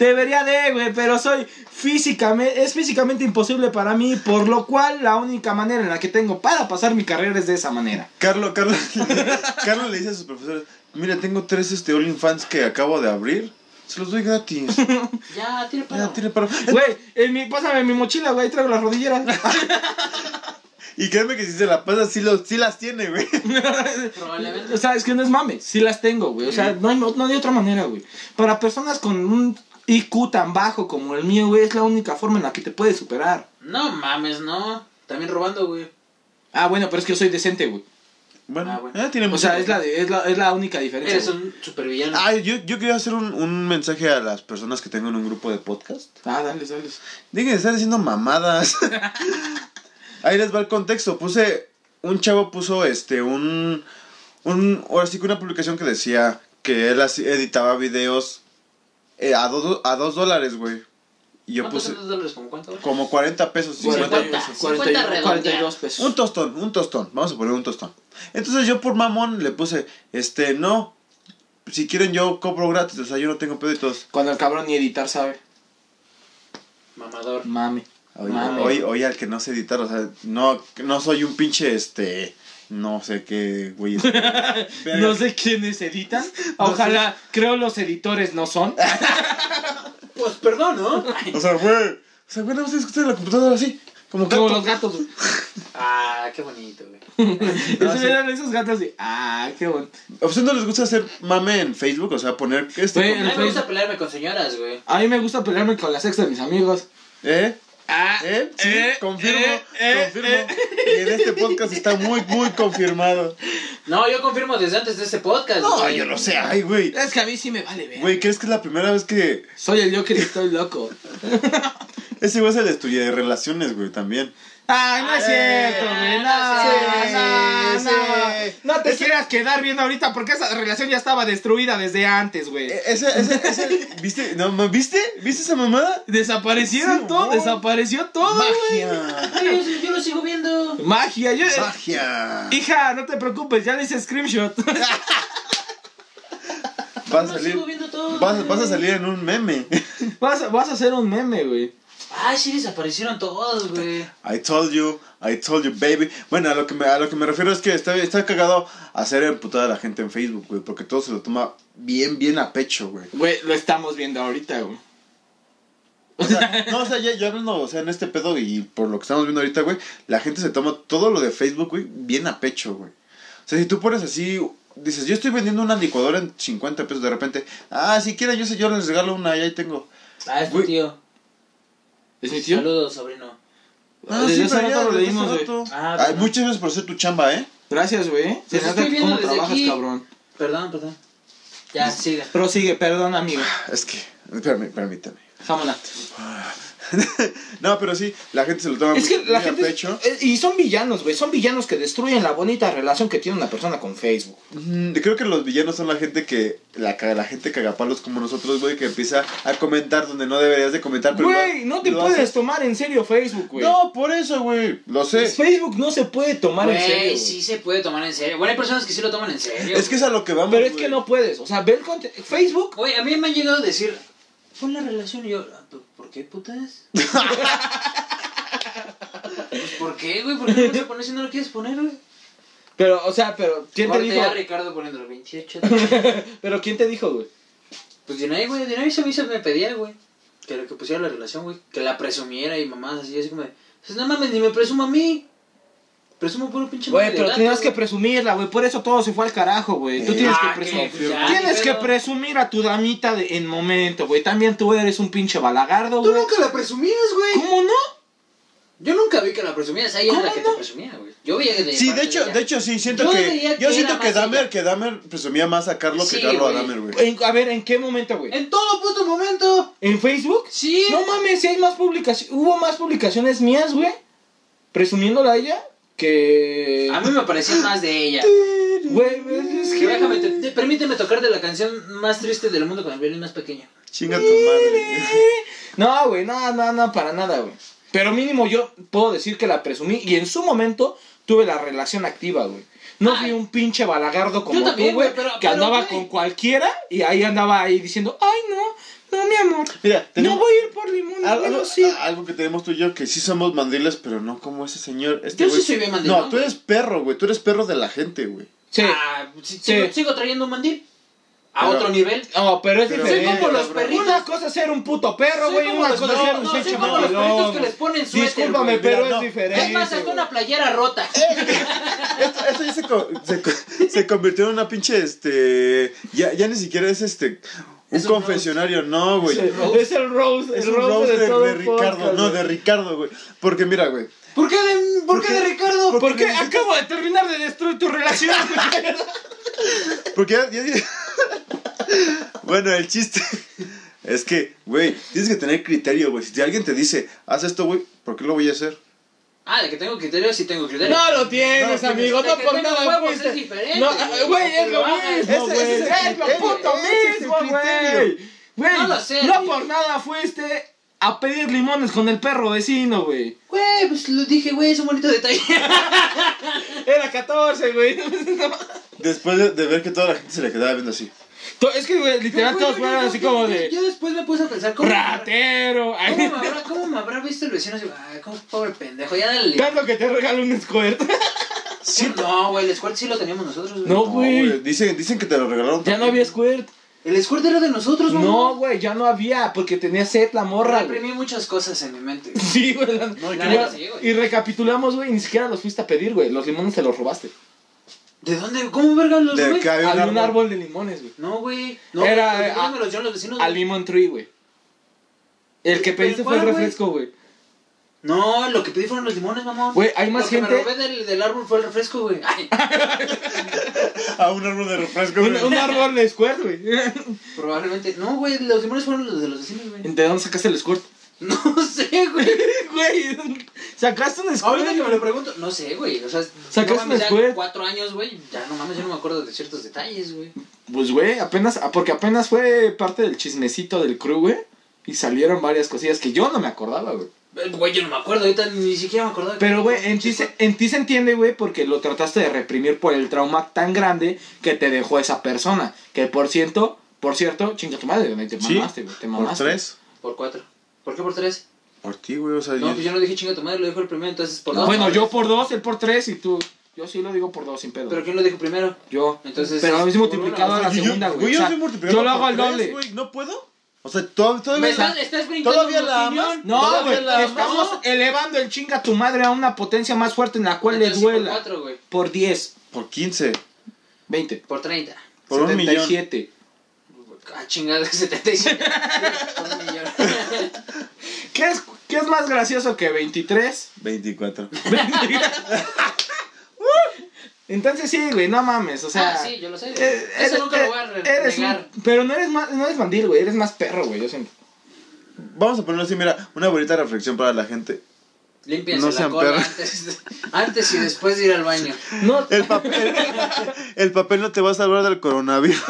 Debería de, güey, pero soy físicamente, es físicamente imposible para mí, por lo cual la única manera en la que tengo para pasar mi carrera es de esa manera. Carlos, Carlos, <laughs> Carlos le dice a sus profesores, mira, tengo tres este OnlyFans que acabo de abrir. Se los doy <laughs> gratis. Ya, tira para. Ya tiene para... Güey, en mi, pásame mi mochila, güey, traigo las rodilleras. Y créeme que si se la pasa, sí, los, sí las tiene, güey. Ah, Probablemente. O sea, es que no es mame, sí las tengo, güey. O sea, no hay, no hay otra manera, güey. Para personas con un IQ tan bajo como el mío, güey, es la única forma en la que te puedes superar. No mames, no. También robando, güey. Ah, bueno, pero es que yo soy decente, güey. Bueno, Ah, bueno. eh, tiene O mucho- sea, es la, de- es la, es la única diferencia. Eres güey. un supervillano. Ah, yo, yo quería hacer un, un mensaje a las personas que tengo en un grupo de podcast. Ah, dale, dale. Dejen de estar diciendo mamadas. Ahí les va el contexto. Puse. Un chavo puso este. Un. un ahora sí que una publicación que decía que él así editaba videos eh, a, dos, a dos dólares, güey. Y yo ¿Cuántos puse son los dólares? ¿Cómo cuánto? güey? como 40 pesos, 50 50. pesos. 50 redondeado. 42 pesos. Un tostón, un tostón. Vamos a poner un tostón. Entonces yo por mamón le puse, este, no. Si quieren yo cobro gratis, o sea, yo no tengo peditos. Cuando el cabrón ni editar sabe. Mamador. Mame. Oye, Mame. oye, oye, al que no sé editar, o sea, no, no soy un pinche, este, no sé qué, güey. <laughs> Verga. No sé quiénes editan. Ojalá, creo los editores no son. Pues perdón, <laughs> ¿no? O sea, güey, o sea, güey, no sé escuchar la computadora así, como Como gato. los <laughs> gatos. güey. Ah, qué bonito, güey. Esos sí. eran esos gatos de. Ah, qué bueno. ¿A ustedes no les gusta hacer mame en Facebook? O sea, poner este... Güey, A como- mí me gusta pelearme con señoras, güey. A mí me gusta pelearme con las ex de mis amigos. ¿Eh? Ah, ¿Eh? Sí, eh, confirmo, eh, eh, confirmo. Y en este podcast está muy, muy confirmado. No, yo confirmo desde antes de este podcast. No, güey. yo no sé, ay, güey. Es que a mí sí me vale ver. Güey, ¿crees que es la primera vez que... Soy el Joker y estoy loco. Ese güey es el estudio de relaciones, güey, también. Ay, no es Ah, cierto, güey. No, sí, no, sí, no. sí. No te Ese- quieras quedar bien ahorita porque esa relación ya estaba destruida desde antes, güey. E- Ese, ese, ese, <laughs> ¿viste? No, ma- ¿viste? ¿Viste esa mamada? Desaparecieron Sí, todo, güey. desapareció todo, güey. Magia. Ay, yo, yo lo sigo viendo. Magia, yo. <laughs> Magia. Hija, no te preocupes, ya le hice screenshot. <laughs> Vas a Yo lo salir, sigo viendo todo. vas, güey. vas a salir en un meme. Vas, a- vas a hacer un meme, güey. Ay, Ah, sí desaparecieron todos, güey. I told you, I told you, baby. Bueno, a lo que me, a lo que me refiero es que está, está cagado hacer emputada a la gente en Facebook, güey, porque todo se lo toma bien, bien a pecho, güey. Güey, lo estamos viendo ahorita, güey. O sea, no, o sea, ya, ya hablando, o sea, en este pedo y por lo que estamos viendo ahorita, güey, la gente se toma todo lo de Facebook, güey, bien a pecho, güey. O sea, si tú pones así, dices, yo estoy vendiendo una licuadora en 50 pesos de repente, ah, si quieren, yo sé, yo les regalo una, ya ahí tengo. Ah, es tu Güey. tío. ¿Es mi tío? Saludos, sobrino. Ah, Desde sí, hace pero ya, rato lo desde leímos, hace güey. rato. Ah, Ay, bueno. muchas gracias por hacer tu chamba, ¿eh? Gracias, güey. Se Los nota estoy viendo cómo desde trabajas, aquí. cabrón. Perdón, perdón. Ya, siga. Prosigue, perdón, amigo. Es que, espérame, permítame. Jámona. no, pero sí, la gente se lo toma Es que muy, la muy gente. a pecho. eh, Y son villanos, güey. Son villanos que destruyen la bonita relación que tiene una persona con Facebook. Mm, Creo que los villanos son la gente que. La, ca- la gente cagapalos como nosotros, güey, que empieza a comentar donde no deberías de comentar. Ah, pero Güey, lo- no te lo puedes haces. tomar en serio Facebook, güey. No, por eso, güey. Lo sé. Facebook no se puede tomar en serio. Güey, güey. sí se puede tomar en serio. Bueno, hay personas que sí lo toman en serio. Es que es a lo que vamos. Pero es güey. que no puedes. O sea, ver conte- Facebook. Güey, a mí me han llegado a decir, pon la relación y yo, "Ah, ¿por- ¿por qué <laughs> putas? pues, ¿por qué, güey? ¿Por qué no lo vas a poner si no lo quieres poner, güey? Pero, o sea, pero ¿quién te Corte dijo? a Ricardo poniéndolo 28. <laughs> Pero ¿quién te dijo, güey? pues de nadie, güey, de nadie se me, hizo- me pedía, güey. Que lo que pusiera la relación, güey. Que la presumiera y mamás así, así como de, pues no mames, ni me presuma a mí. Presumo puro pinche Güey, mame de pero gato, tenías que güey. presumirla, güey. Por eso todo se fue al carajo, güey. Tú Eh. tienes Ah, que que, presumir. pues, ya, Tienes ni que pedo. presumir a tu damita de- en momento, güey. También tú eres un pinche balagardo, Tú güey. nunca la presumías, güey. ¿Cómo no? Yo nunca vi que la presumías. Ella era ¿Cómo la que no? te presumía, güey. Yo vi de Sí, parte de hecho, ella. de hecho sí, siento Yo que veía yo que siento era que más Dahmer, ella. que Dahmer presumía más a Carlos Sí, que Carlos güey. a Dahmer, güey. En- a ver, ¿en qué momento, güey? En todo puto momento. ¿En Facebook? Sí. No mames, si hay más publicaciones. Hubo más publicaciones mías, güey. Presumiéndola a ella que. A mí me parecía más de ella. Güey, es Que que. déjame, te- te- permíteme tocarte la canción más triste del mundo con el violín más pequeño. Chinga tu madre. No, güey, no, no, no, para nada, güey. Pero mínimo yo puedo decir que la presumí y en su momento tuve la relación activa, güey. No Ay. fui un pinche balagardo como también, tú, güey, güey, pero- que pero, andaba güey. con cualquiera y ahí andaba ahí diciendo, ay, no, no, mi amor, <laughs> Mira, no tenemos voy a ir por limón, al- algo, bueno, sí. a- Ah, algo que tenemos tú y yo que sí somos mandriles, pero no como ese señor. Este Yo sí güey- soy bien mandilón, No, tú eres perro, güey, tú eres perro de la gente, güey. Sí. Ah, si- sigo, Sí. sigo trayendo un mandil. A Pero- otro nivel. No, pero es Pero- diferente. Soy como los cabrón. perritos. Una cosa es ser un puto perro, Soy güey, como una los- cosa es no, ser un no, soy pinche como los perritos que les mandilón. ponen suéter. Discúlpame, güey. pero Mira, no. es diferente. Es más, hasta güey. una playera rota. Esto, esto ya se, co- se, co- se convirtió en una pinche, este, ya, ya ni siquiera es este, un Es un confesionario, no, güey. <laughs> Sí, Es el roast, Es el un roast roast de de, todo el Ricardo, podcast, no, güey. de Ricardo, güey. Porque mira, güey. ¿Por qué de, por qué de Ricardo? ¿Por Porque qué? acabo de terminar de destruir tu relación. Porque ya- ya- <laughs> bueno, el chiste es que, güey, tienes que tener criterio, güey. Si alguien te dice, haz esto, güey, ¿por qué lo voy a hacer? Ah, de que tengo criterio, sí tengo criterio. no lo tienes, No, amigo. tienes- No por que tengo nada huevos fuiste. es diferente, No, güey, ah, güey, aunque es lo lo hagas. mismo, Ese- güey. ese es el Es lo criterio, puto ese es el mismo, güey. criterio. Güey, No lo sé, no tío. por nada fuiste a pedir limones con el perro vecino, güey. Güey, pues lo dije, güey, es un bonito <laughs> detalle. Era 14, güey. <laughs> Después de, de ver que toda la gente se le quedaba viendo así. To- Es que, güey, literal, Güey, todos yo- fueron yo- así yo- como yo- de Yo después me puse a pensar, ¿cómo, me habrá- ratero. Ay, ¿cómo, me, habrá, cómo me habrá visto el vecino? Así, Ay, cómo pobre pendejo, ya dale. Tanto que te regalo un squirt. No, güey, el squirt sí lo teníamos nosotros, güey. No, Oh, güey. Dicen, dicen que te lo regalaron. Ya no había squirt. El squirt era de nosotros, No, güey, ya no había, porque tenía sed la morra. güey. Reprimí muchas cosas en mi mente. <laughs> Sí, güey. la- No, y claro ya- que sí, güey. y recapitulamos, güey, ni siquiera los fuiste a pedir, güey. Los limones te los robaste. ¿De dónde? ¿Cómo verga los De güey? que había Había un árbol de limones, güey. No, güey. No, Era, los eh, limones a- me los dieron los vecinos. Al güey. limon tree, güey. El que ¿Pero pediste fue el cuál, güey? refresco, güey. No, lo que pedí fueron los limones, mamón. Güey, hay más lo gente- Que me robé del, del árbol fue el refresco, güey. <laughs> Ay, A un árbol de refresco. Un, güey. un árbol de squirt, güey. <laughs> probablemente. No, güey, los limones fueron los de los vecinos, güey. ¿De dónde sacaste el squirt? No sé, güey. <laughs> Güey, sacaste un squirt. Ahorita que me lo pregunto, no sé, güey. O sea, Sacaste no mames, un ya squirt. cuatro años, güey. Ya no mames, yo no me acuerdo de ciertos detalles, güey. Pues, güey, apenas, ah, porque apenas fue parte del chismecito del crew, güey. Y salieron varias cosillas que yo no me acordaba, güey. Eh, Güey, yo no me acuerdo, ahorita ni siquiera me acordaba. Pero, güey, en ti, se, en ti se entiende, güey, porque lo trataste de reprimir por el trauma tan grande que te dejó esa persona. Que, por cierto, por cierto, chinga tu madre, güey, te Sí, mamaste, güey, te Por mamaste. tres. Por cuatro. ¿Por qué por tres? Por ti, güey. O sea, No, yo- pues yo no dije chinga tu madre, lo dijo el primero, entonces por dos. Ah, bueno, yo por dos, él por tres y tú... Yo sí lo digo por dos, sin pedo. ¿Pero quién lo dijo primero? yo. Entonces, pero es lo mismo por multiplicado uno, a la yo- segunda, yo- güey. yo O sea, estoy multiplicado yo lo hago por al tres, doble. güey, ¿No puedo? O sea, to- ¿Me todavía... estás, estás brincando ¿Todavía mi la opinión? amas? No, Todavía güey, la amas, estamos elevando el chinga tu madre a una potencia más fuerte en la cual Entonces, le Por duela. cuatro, güey. Por 10, Por 15. 20, Por treinta. Por un millón. 77. Ah, chingada, 75. Por un millón. ¿Qué es, ¿Qué es más gracioso que 23? 24. <laughs> Entonces sí, güey, no mames, o sea... ah, sí, yo lo sé. eh, Eso eres- nunca lo voy a re- eres un- negar. Pero no eres, más, no eres mandil, güey, eres más perro, güey, yo siento. Vamos a ponerlo así, mira, una bonita reflexión para la gente. Límpiense No la sean cola perros. antes, antes y después de ir al baño. No, El papel, el papel no te va a salvar del coronavirus.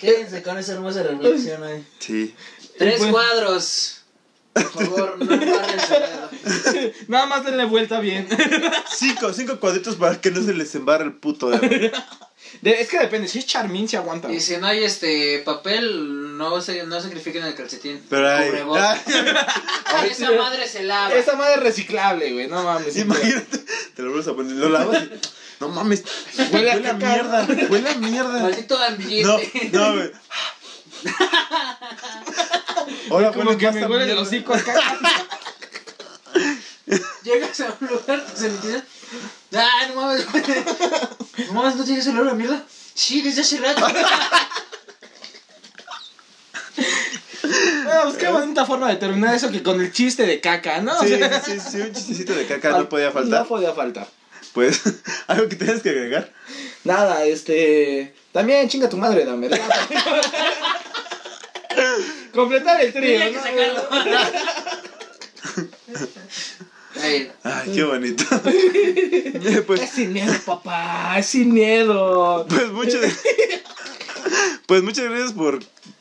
Quédense con esa hermosa reflexión ahí. Sí. Tres Pues- cuadros. Por <laughs> favor, no guarden su dedo. nada más denle vuelta bien. Cinco, cinco cuadritos para que no se les embarre el puto dedo. De- es que depende, si es Charmín se aguanta. Y güey. si no hay este papel, no, se, no sacrifiquen el calcetín. Pero ay, <laughs> Cubrebocas. ay, Esa madre se lava. Esa madre es reciclable, güey, no mames. imagínate, te lo vuelves a poner, lo lavas. y- No mames, Huele a huele a caca. mierda, huele a mierda. Maldito No, ambiente. no, <laughs> güey. Ahora Como huele que más me a huele el mierda. hocico acá. llegas a un lugar, se le tiran. Ah, no mames, güey. No mames, ¿no tienes el olor a mierda? Sí, desde hace rato. Bueno, pues qué <laughs> bonita forma de terminar eso que con el chiste de caca, ¿no? O Sí, sea, sí, sí, un chistecito de caca no podía faltar. No podía faltar. Pues, <laughs> algo que tienes que agregar. Nada, este. También chinga tu madre, dame. <laughs> ¿no? Completar el trío. Tenía que ¿no? sacarlo. Ay, Ay, qué <laughs> bonito. <laughs> Es pues, sin miedo, papá. Es sin miedo. pues <laughs> muchas Pues muchas gracias por,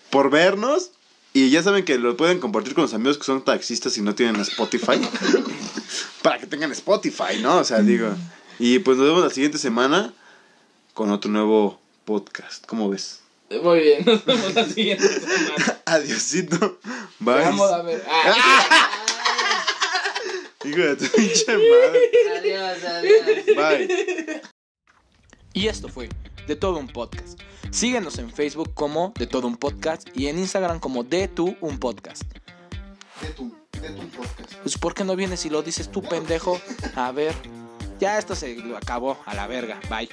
por vernos. Y ya saben que lo pueden compartir con los amigos que son taxistas y no tienen Spotify. <laughs> Para que tengan Spotify, ¿no? O sea, digo. Y pues nos vemos la siguiente semana con otro nuevo podcast. ¿Cómo ves? Muy bien, nos vemos <laughs> la siguiente semana. Adiosito. Te Bye. amo, dame. Ah. <laughs> Hijo de tu pinche madre. <laughs> adiós, adiós. Bye. Y esto fue De Todo Un Podcast. Síguenos en Facebook como De Todo Un Podcast y en Instagram como De Tu Un Podcast. de tu, de tu podcast. Pues ¿por qué no vienes y lo dices tú, pendejo? A ver, ya esto se lo acabó, a la verga, bye.